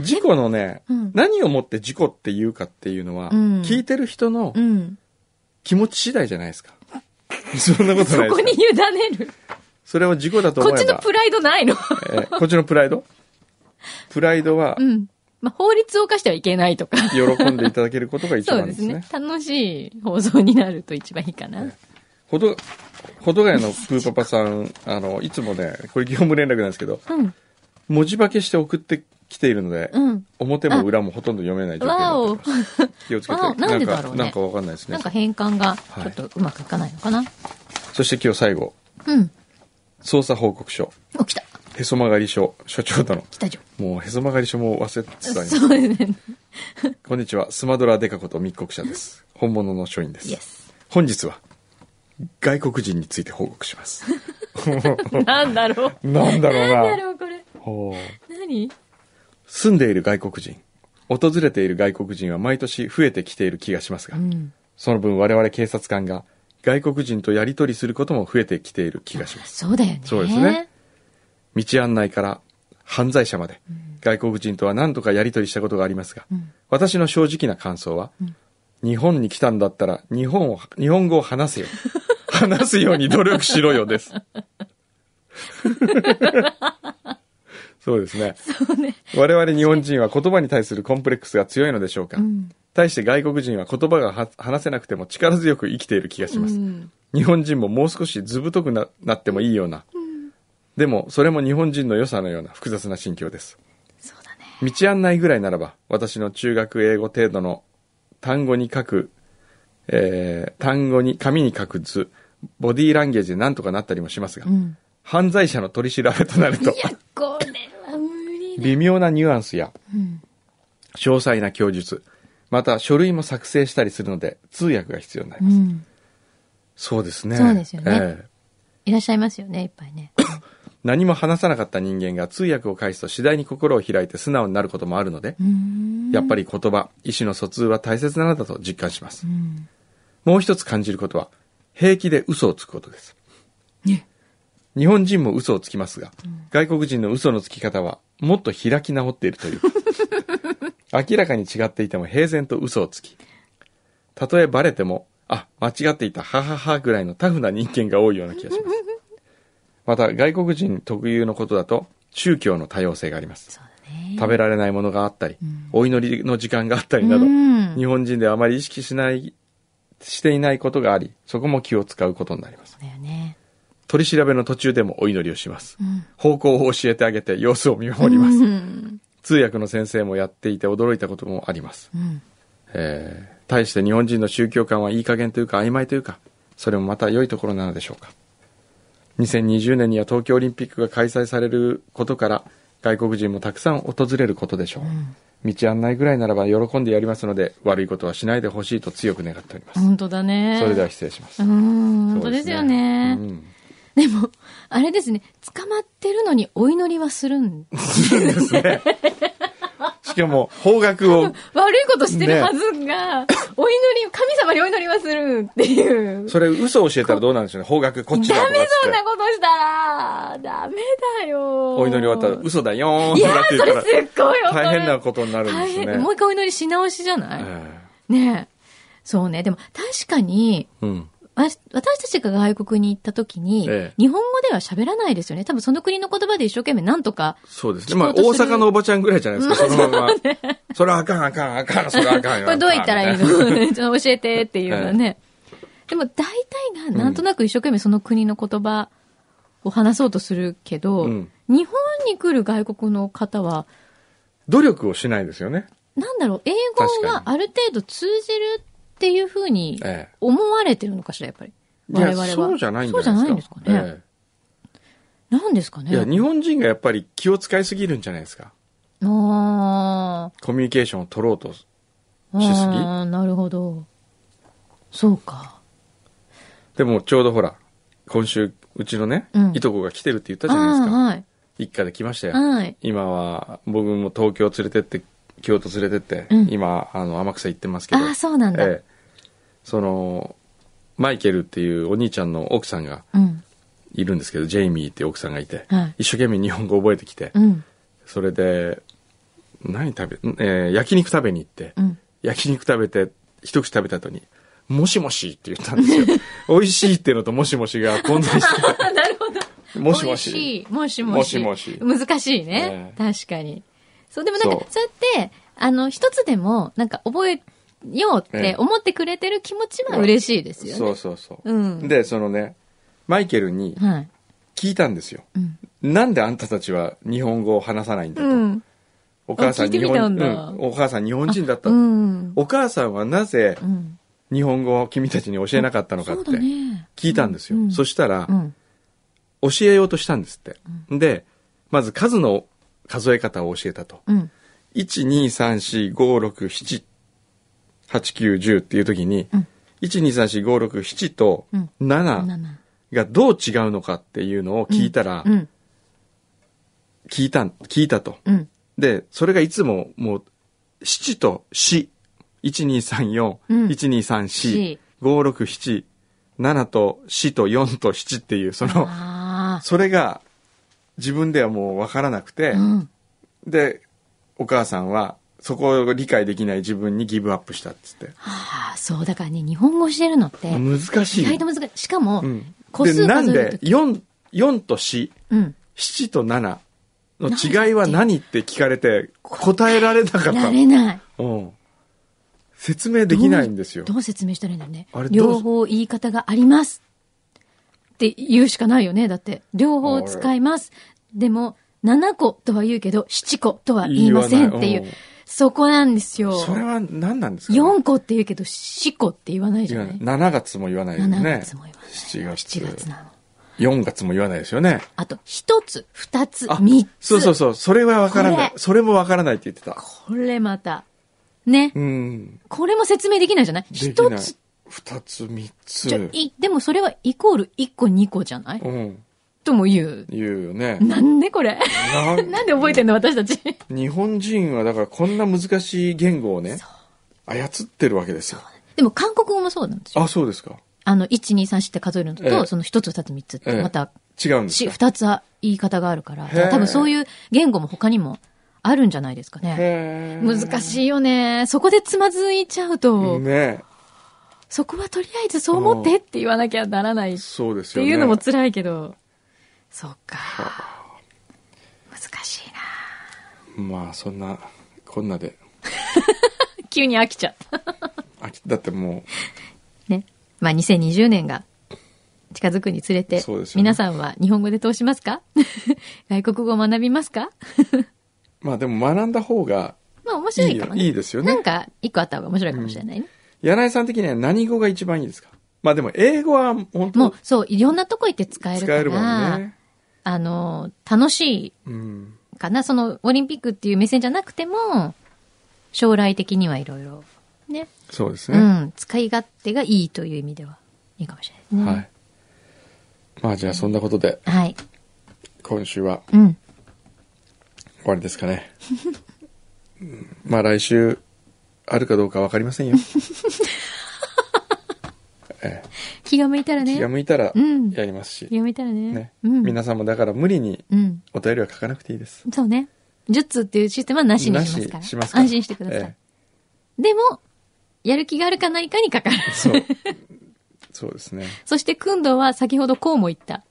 Speaker 1: 事故のね、
Speaker 2: うん
Speaker 1: 何をもって事故っていうかっていうのは、
Speaker 2: うん
Speaker 1: 聞いてる人の
Speaker 2: うん。
Speaker 1: 気持ち次第じゃないですか。 [laughs] そんなこと
Speaker 2: そ
Speaker 1: ないで
Speaker 2: こ
Speaker 1: す
Speaker 2: に
Speaker 1: か。
Speaker 2: 委ねる。
Speaker 1: それを事故だと思
Speaker 2: こ
Speaker 1: え
Speaker 2: っ
Speaker 1: ば。
Speaker 2: ちのプライドないの。
Speaker 1: えーこっちのプライドプライドは
Speaker 2: うん。まあ、法律を犯してはいけないとか。
Speaker 1: 喜んでいただけることが一
Speaker 2: そう
Speaker 1: 番
Speaker 2: で
Speaker 1: ですすね。
Speaker 2: ね。楽しい放送になると一番いいかな。
Speaker 1: ほど、ほどがやのプーパパさん、あの、いつもね、これ業務連絡なんですけど、
Speaker 2: うん。
Speaker 1: 文字化けして送ってきているので、
Speaker 2: うん。
Speaker 1: 表も裏もほとんど読めない状況に
Speaker 2: わ
Speaker 1: な
Speaker 2: お
Speaker 1: っております。気をつけて。
Speaker 2: わおなんでだ
Speaker 1: か
Speaker 2: ろうね
Speaker 1: なんかわ [laughs] かんないですね
Speaker 2: なん。か変換がちょっとうまくいかないのかな。
Speaker 1: そして今日最後、
Speaker 2: うん。
Speaker 1: 捜査報告書、
Speaker 2: お、来た。
Speaker 1: へそ曲がり書、所長殿。
Speaker 2: 来たじ
Speaker 1: もうへそ曲がり書も忘れてた
Speaker 2: ゃん。
Speaker 1: り
Speaker 2: そうですね。
Speaker 1: こんにちは、スマドラデカこと密告者
Speaker 2: [laughs]
Speaker 1: です。本物の書院です。
Speaker 2: イエス。
Speaker 1: 本日は、外国人について報告します。
Speaker 2: [laughs]
Speaker 1: [laughs]
Speaker 2: なんだろう。
Speaker 1: なんだろう
Speaker 2: なんだ
Speaker 1: な。
Speaker 2: ろう、これ。
Speaker 1: ほう
Speaker 2: 何
Speaker 1: 住んでいる外国人、訪れている外国人は毎年増えてきている気がしますが、
Speaker 2: うん。
Speaker 1: その分我々警察官が外国人とやり取りすることも増えてきている気がします。
Speaker 2: そうだよね。
Speaker 1: そうですね。道案内から犯罪者まで、外国人とは何度かやり取りしたことがありますが、
Speaker 2: ん
Speaker 1: 私の正直な感想は、日本に来たんだったら日本を、日本語を話 [laughs] せよ。話すように努力しろよ [laughs] です。そうですね。我々日本人は言葉に対するコンプレックスが強いのでしょうか。
Speaker 2: うん
Speaker 1: 対して外国人は言葉がは話せなくても力強く生きている気がします。日本人ももう少し図太くななってもいいような、でもそれも日本人の良さのような複雑な心境です
Speaker 2: そうだね。
Speaker 1: 道案内ぐらいならば私の中学英語程度の単語に書く、えー単語に紙に書く図ボディーランゲージでなんとかなったりもしますが、
Speaker 2: うん。
Speaker 1: 犯罪者の取り調べとなると
Speaker 2: いや、これは無理だ。
Speaker 1: 微妙なニュアンスや
Speaker 2: うん。
Speaker 1: 詳細な供述また書類も作成したりするので通訳が必要になり
Speaker 2: う
Speaker 1: ます、
Speaker 2: ん。
Speaker 1: そうですね
Speaker 2: そうですよね
Speaker 1: え
Speaker 2: い
Speaker 1: え
Speaker 2: らっしゃいますよね、いっぱいね。
Speaker 1: 何も話さなかった人間が通訳を介すと次第に心を開いて素直になることもあるので、
Speaker 2: うん。
Speaker 1: やっぱり言葉意思の疎通は大切なのだと実感します、
Speaker 2: ん
Speaker 1: もう一つ感じることは平気で嘘をつくことです
Speaker 2: ね
Speaker 1: 日本人も嘘をつきますが、外国人の嘘のつき方はもっと開き直っている
Speaker 2: [laughs]
Speaker 1: というか明らかに違っていても平然と嘘をつきたとえバレてもあ間違っていたはははぐらいのタフな人間が多いような気がしますまた外国人特有のことだと宗教の多様性があります
Speaker 2: そうだね。
Speaker 1: 食べられないものがあったり、お祈りの時間があったりなど、
Speaker 2: うん
Speaker 1: 日本人ではあまり意識しない、していないことがあり、そこも気を使うことになります。
Speaker 2: だよね。
Speaker 1: 取り調べの途中でもお祈りをします。
Speaker 2: うん。
Speaker 1: 方向を教えてあげて様子を見守ります。
Speaker 2: うん。
Speaker 1: 通訳の先生もやっていて驚いたこともあります。
Speaker 2: うん。
Speaker 1: えー、対して日本人の宗教観はいい加減というか曖昧というか、それもまた良いところなのでしょうか。2020年には東京オリンピックが開催されることから、外国人もたくさん訪れることでしょう。道案内ぐらいならば喜んでやりますので、悪いことはしないでほしいと強く願っております。
Speaker 2: 本当だね。
Speaker 1: それでは失礼します。
Speaker 2: うん、本当ですよね。
Speaker 1: そうですね
Speaker 2: [laughs] でも、あれですね、捕まってるのにお祈りはするん。 [laughs]
Speaker 1: うんしかも、方角を、
Speaker 2: 悪いことしてるはずが、お祈り、神様にお祈りはするっていう。
Speaker 1: それ嘘を教えたらどうなんでしょうね。方角こっちだとか
Speaker 2: ダ
Speaker 1: っ
Speaker 2: メ
Speaker 1: つ
Speaker 2: そう
Speaker 1: って
Speaker 2: な。ことしたら、ダメだよ。
Speaker 1: お祈り終わったら嘘だよーん
Speaker 2: い
Speaker 1: と
Speaker 2: や
Speaker 1: かって
Speaker 2: ー、
Speaker 1: 言
Speaker 2: そ
Speaker 1: った
Speaker 2: れ
Speaker 1: ら
Speaker 2: す、っごい怒る。
Speaker 1: [laughs] 大変なことになるんで
Speaker 2: 大
Speaker 1: すね。
Speaker 2: 変。もう一回お祈りし直しじゃない、
Speaker 1: え
Speaker 2: ねえ。そうね。でも、確かに、
Speaker 1: えうん。
Speaker 2: わ私たちが外国に行った時に、
Speaker 1: ええ
Speaker 2: 日本語では喋らないですよね。多分その国の言葉で一生懸命なんとか
Speaker 1: そうです
Speaker 2: 聞
Speaker 1: ね。まあ、
Speaker 2: こうと
Speaker 1: 大
Speaker 2: する
Speaker 1: 阪のおばちゃんぐらいじゃないですか、そのまんま。それはあかん、あかん、あかん、それはあかんよ。
Speaker 2: これどう言ったらいいの [laughs]
Speaker 1: み
Speaker 2: ちょっと教えてっていうのはね。でも大体がなんとなく一生懸命その国の言葉を話そうとするけど、
Speaker 1: うん
Speaker 2: 日本に来る外国の方は、
Speaker 1: 努力をしないですよね。
Speaker 2: なんだろう、英語
Speaker 1: 確
Speaker 2: がある程度通じるっていうふうに
Speaker 1: ええ
Speaker 2: 思われてるのかしら、やっぱり。我々
Speaker 1: い
Speaker 2: は。
Speaker 1: やそうじゃないんじ
Speaker 2: そうじ
Speaker 1: ゃ
Speaker 2: ゃ
Speaker 1: な
Speaker 2: ないいん
Speaker 1: で
Speaker 2: ですす
Speaker 1: か
Speaker 2: か。
Speaker 1: え
Speaker 2: ね。なんですか
Speaker 1: えいや、
Speaker 2: ね。
Speaker 1: 日本人がやっぱり気を使いすぎるんじゃないですか。
Speaker 2: あ
Speaker 1: コミュニケーションを取ろうと。
Speaker 2: ー
Speaker 1: しすぎ
Speaker 2: あー、なるほど。そうか。
Speaker 1: でも、ちょうどほら、今週、うちのね
Speaker 2: う、ん
Speaker 1: いとこが来てるって言ったじゃないですか。
Speaker 2: あ
Speaker 1: 一家で来ました
Speaker 2: ー
Speaker 1: よ。
Speaker 2: はい。はい。
Speaker 1: 今は、僕も東京連れてって、京都連れてって
Speaker 2: う、ん
Speaker 1: 今、あの、天草行ってますけ
Speaker 2: あ
Speaker 1: ど。
Speaker 2: あー、そうなんだ。
Speaker 1: ええその、マイケルっていうお兄ちゃんの奥さんが、
Speaker 2: うん。
Speaker 1: いるんですけど、ジェイミーって奥さんがいて、
Speaker 2: はい
Speaker 1: 一生懸命日本語覚えてきて、
Speaker 2: うん。
Speaker 1: それで、何食べ、んえー焼肉食べに行って、
Speaker 2: うん。
Speaker 1: 焼肉食べて、一口食べた後に、もしもしって言ったん
Speaker 2: [laughs]
Speaker 1: ですよ。美味しいってのともしもしが混在して
Speaker 2: あ、 [laughs] なるほど。
Speaker 1: て、もしも
Speaker 2: 美味
Speaker 1: し。
Speaker 2: いもしもし。
Speaker 1: もしも
Speaker 2: 難しいね。
Speaker 1: ええ
Speaker 2: 確かに。そう、でもなん
Speaker 1: そ
Speaker 2: か
Speaker 1: う、
Speaker 2: そうやって、あの、一つでも、なんか覚えようっ
Speaker 1: ええ
Speaker 2: て思ってくれてる気持ちは嬉しいですよね。
Speaker 1: そうそうそう。
Speaker 2: うん
Speaker 1: で、そのね、マイケルに
Speaker 2: はい。
Speaker 1: 聞いたんですよ。
Speaker 2: うん。
Speaker 1: なんであんたたちは日本語を話さないんだと。
Speaker 2: うん。
Speaker 1: お母さ
Speaker 2: あ聞
Speaker 1: ん
Speaker 2: いて
Speaker 1: 日
Speaker 2: み
Speaker 1: 本、
Speaker 2: たんだ
Speaker 1: うんお母さん日本人だった。
Speaker 2: うん。
Speaker 1: お母さんはなぜ
Speaker 2: うん。
Speaker 1: 日本語を君たちに教えなかったのかっ
Speaker 2: そう
Speaker 1: て
Speaker 2: だね。
Speaker 1: 聞いたんですよ。
Speaker 2: うん
Speaker 1: そしたら
Speaker 2: う、ん。
Speaker 1: 教えようとしたんですって。で、まず数の数え方を教えたと。
Speaker 2: うん。
Speaker 1: 1、2、3、4、5、6、7、8、9、10っていう時に、
Speaker 2: うん
Speaker 1: 1、2、3、4、5、6、7と
Speaker 2: うん
Speaker 1: 7
Speaker 2: 七。
Speaker 1: がどう違うのかっていうのを聞いたら、
Speaker 2: うん。
Speaker 1: 聞いた、聞いたと。
Speaker 2: うん。
Speaker 1: で、それがいつももう、7と4、1234、
Speaker 2: うん
Speaker 1: 1234、567、7と4と4と7っていう、その、
Speaker 2: ああ。
Speaker 1: それが自分ではもう分からなくて、
Speaker 2: うん。
Speaker 1: でお母さんはそこを理解できない自分にギブアップしたっつって
Speaker 2: ああ、そう、だからね、日本語してるのって、
Speaker 1: 難し
Speaker 2: 意
Speaker 1: い
Speaker 2: 外と難しい。しかも、
Speaker 1: うん
Speaker 2: 個
Speaker 1: で
Speaker 2: 数
Speaker 1: なん
Speaker 2: 数えると
Speaker 1: で
Speaker 2: き。
Speaker 1: 4, 4と47
Speaker 2: うん。
Speaker 1: と7の違いは何って聞かれて答えられなかった
Speaker 2: なれない。
Speaker 1: うん、説明できないんですよ
Speaker 2: どう説明したらいいんだろうね
Speaker 1: あれ。どう
Speaker 2: 両方言い方があります。って言うしかないよね。だって、両方使います。でも、7個とは言うけど、7個とは言いませんってい
Speaker 1: 言わないう。
Speaker 2: うんそこなんですよ。
Speaker 1: それは何なんですか、ね、
Speaker 2: 4個って言うけど、4個って言わないじゃない
Speaker 1: 7月も言わないよ
Speaker 2: ?7
Speaker 1: ね
Speaker 2: 月も言わない。
Speaker 1: 7月
Speaker 2: 7月なの。
Speaker 1: 4月も言わないですよね
Speaker 2: あと、1つ、2つ、
Speaker 1: あ
Speaker 2: 3つ。
Speaker 1: そうそうそうそれは分からない
Speaker 2: これ
Speaker 1: それも分からないって言ってた
Speaker 2: これまた。ね。
Speaker 1: うん
Speaker 2: これも説明できないじゃない
Speaker 1: でき
Speaker 2: 一
Speaker 1: ない
Speaker 2: つ。
Speaker 1: 2つ3
Speaker 2: ちょ
Speaker 1: つ
Speaker 2: いでもそれはイコール1個2個じゃない
Speaker 1: うん
Speaker 2: とも言う。
Speaker 1: 言うよね
Speaker 2: なんでこれ
Speaker 1: な
Speaker 2: なんで覚えてんの私たち。
Speaker 1: 日本人はだからこんな難しい言語をね操ってるわけですよ
Speaker 2: でも韓国語もそうなんですよ。
Speaker 1: あそうですか
Speaker 2: あの、1、2、3、4って数えるのと、
Speaker 1: ええ
Speaker 2: その1つ、2つ、3つっ
Speaker 1: え
Speaker 2: て、
Speaker 1: え
Speaker 2: また、
Speaker 1: 違うんです
Speaker 2: し
Speaker 1: か
Speaker 2: 2つは言い方があるから、
Speaker 1: へえ
Speaker 2: 多分そういう言語も他にもあるんじゃないですかね。
Speaker 1: へー
Speaker 2: 難しいよね。そこでつまずいちゃうと、
Speaker 1: ね
Speaker 2: そこはとりあえずそう思ってって言わなきゃならない
Speaker 1: そうです
Speaker 2: って
Speaker 1: よね
Speaker 2: いうのも辛いけど、そっか。難しいな。
Speaker 1: まあそんなこんなで
Speaker 2: 急に飽きちゃった。
Speaker 1: あきだっても
Speaker 2: ね。まあ2020年が近づくにつれて、
Speaker 1: そうですよね
Speaker 2: 皆さんは日本語で通しますか [laughs] 外国語を学びますか
Speaker 1: うまあでも学んだ方が
Speaker 2: まあ面
Speaker 1: い
Speaker 2: 白
Speaker 1: い
Speaker 2: いか
Speaker 1: よ
Speaker 2: もね。
Speaker 1: いいですよ
Speaker 2: な
Speaker 1: ね
Speaker 2: んか一個あった方が面白いかもしれないね。
Speaker 1: 柳井さん的には何語が一番いいですかまあでも英語は本
Speaker 2: も
Speaker 1: 当
Speaker 2: うそう、いろんなとこ行って使える
Speaker 1: 使
Speaker 2: か
Speaker 1: えるも
Speaker 2: ら、
Speaker 1: んね。
Speaker 2: あの、楽し
Speaker 1: うん。
Speaker 2: いかな。そのオリンピックっていう目線じゃなくても、将来的にはいろいろね、
Speaker 1: そうです
Speaker 2: う
Speaker 1: ね。
Speaker 2: ん、使い勝手がいいという意味ではいいかもしれない
Speaker 1: は
Speaker 2: ですね。
Speaker 1: い。まあじゃあそんなことで
Speaker 2: はい。
Speaker 1: 今週は
Speaker 2: うん。
Speaker 1: 終わりですかね。 [laughs] うんまあ来週あるかどうかわかりませんよ。え
Speaker 2: 気が向いたら
Speaker 1: え
Speaker 2: ね。
Speaker 1: 気が向いたら
Speaker 2: うん
Speaker 1: やりますし
Speaker 2: 気、が向いたらね。
Speaker 1: ね。
Speaker 2: うん。
Speaker 1: 皆さんもだから無理に
Speaker 2: うん。
Speaker 1: お便りは書かなくていいです。
Speaker 2: そうね。10通っていうシステムはなしにしますから。
Speaker 1: なししますから
Speaker 2: 安心してください。
Speaker 1: え
Speaker 2: でも、やる気があるかないかにかかる。
Speaker 1: えそう。そうですね。
Speaker 2: そして、くんどは先ほどこうも言った。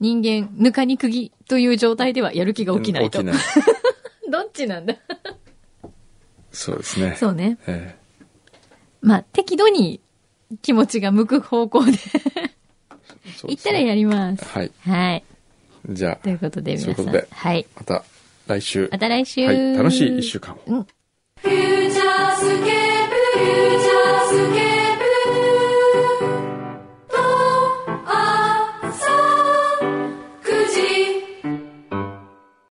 Speaker 2: 人間、ぬかに釘という状態ではやる気が起きないと。
Speaker 1: 起きない。
Speaker 2: どっちなんだ
Speaker 1: そうですね。
Speaker 2: [laughs] そうね。
Speaker 1: え
Speaker 2: まあ、適度に気持ちが向く方向で
Speaker 1: えそう
Speaker 2: 言
Speaker 1: で
Speaker 2: っ
Speaker 1: す
Speaker 2: たら
Speaker 1: ね
Speaker 2: やります。
Speaker 1: はい。
Speaker 2: はい。
Speaker 1: じゃあ
Speaker 2: と。いうことで、皆
Speaker 1: そう
Speaker 2: さ
Speaker 1: い
Speaker 2: ん。
Speaker 1: うことで
Speaker 2: はい。
Speaker 1: また来週。
Speaker 2: また来週。
Speaker 1: はい、楽しい一週間を。
Speaker 2: うん。
Speaker 4: 「フューチャースケープフューチャースケープル」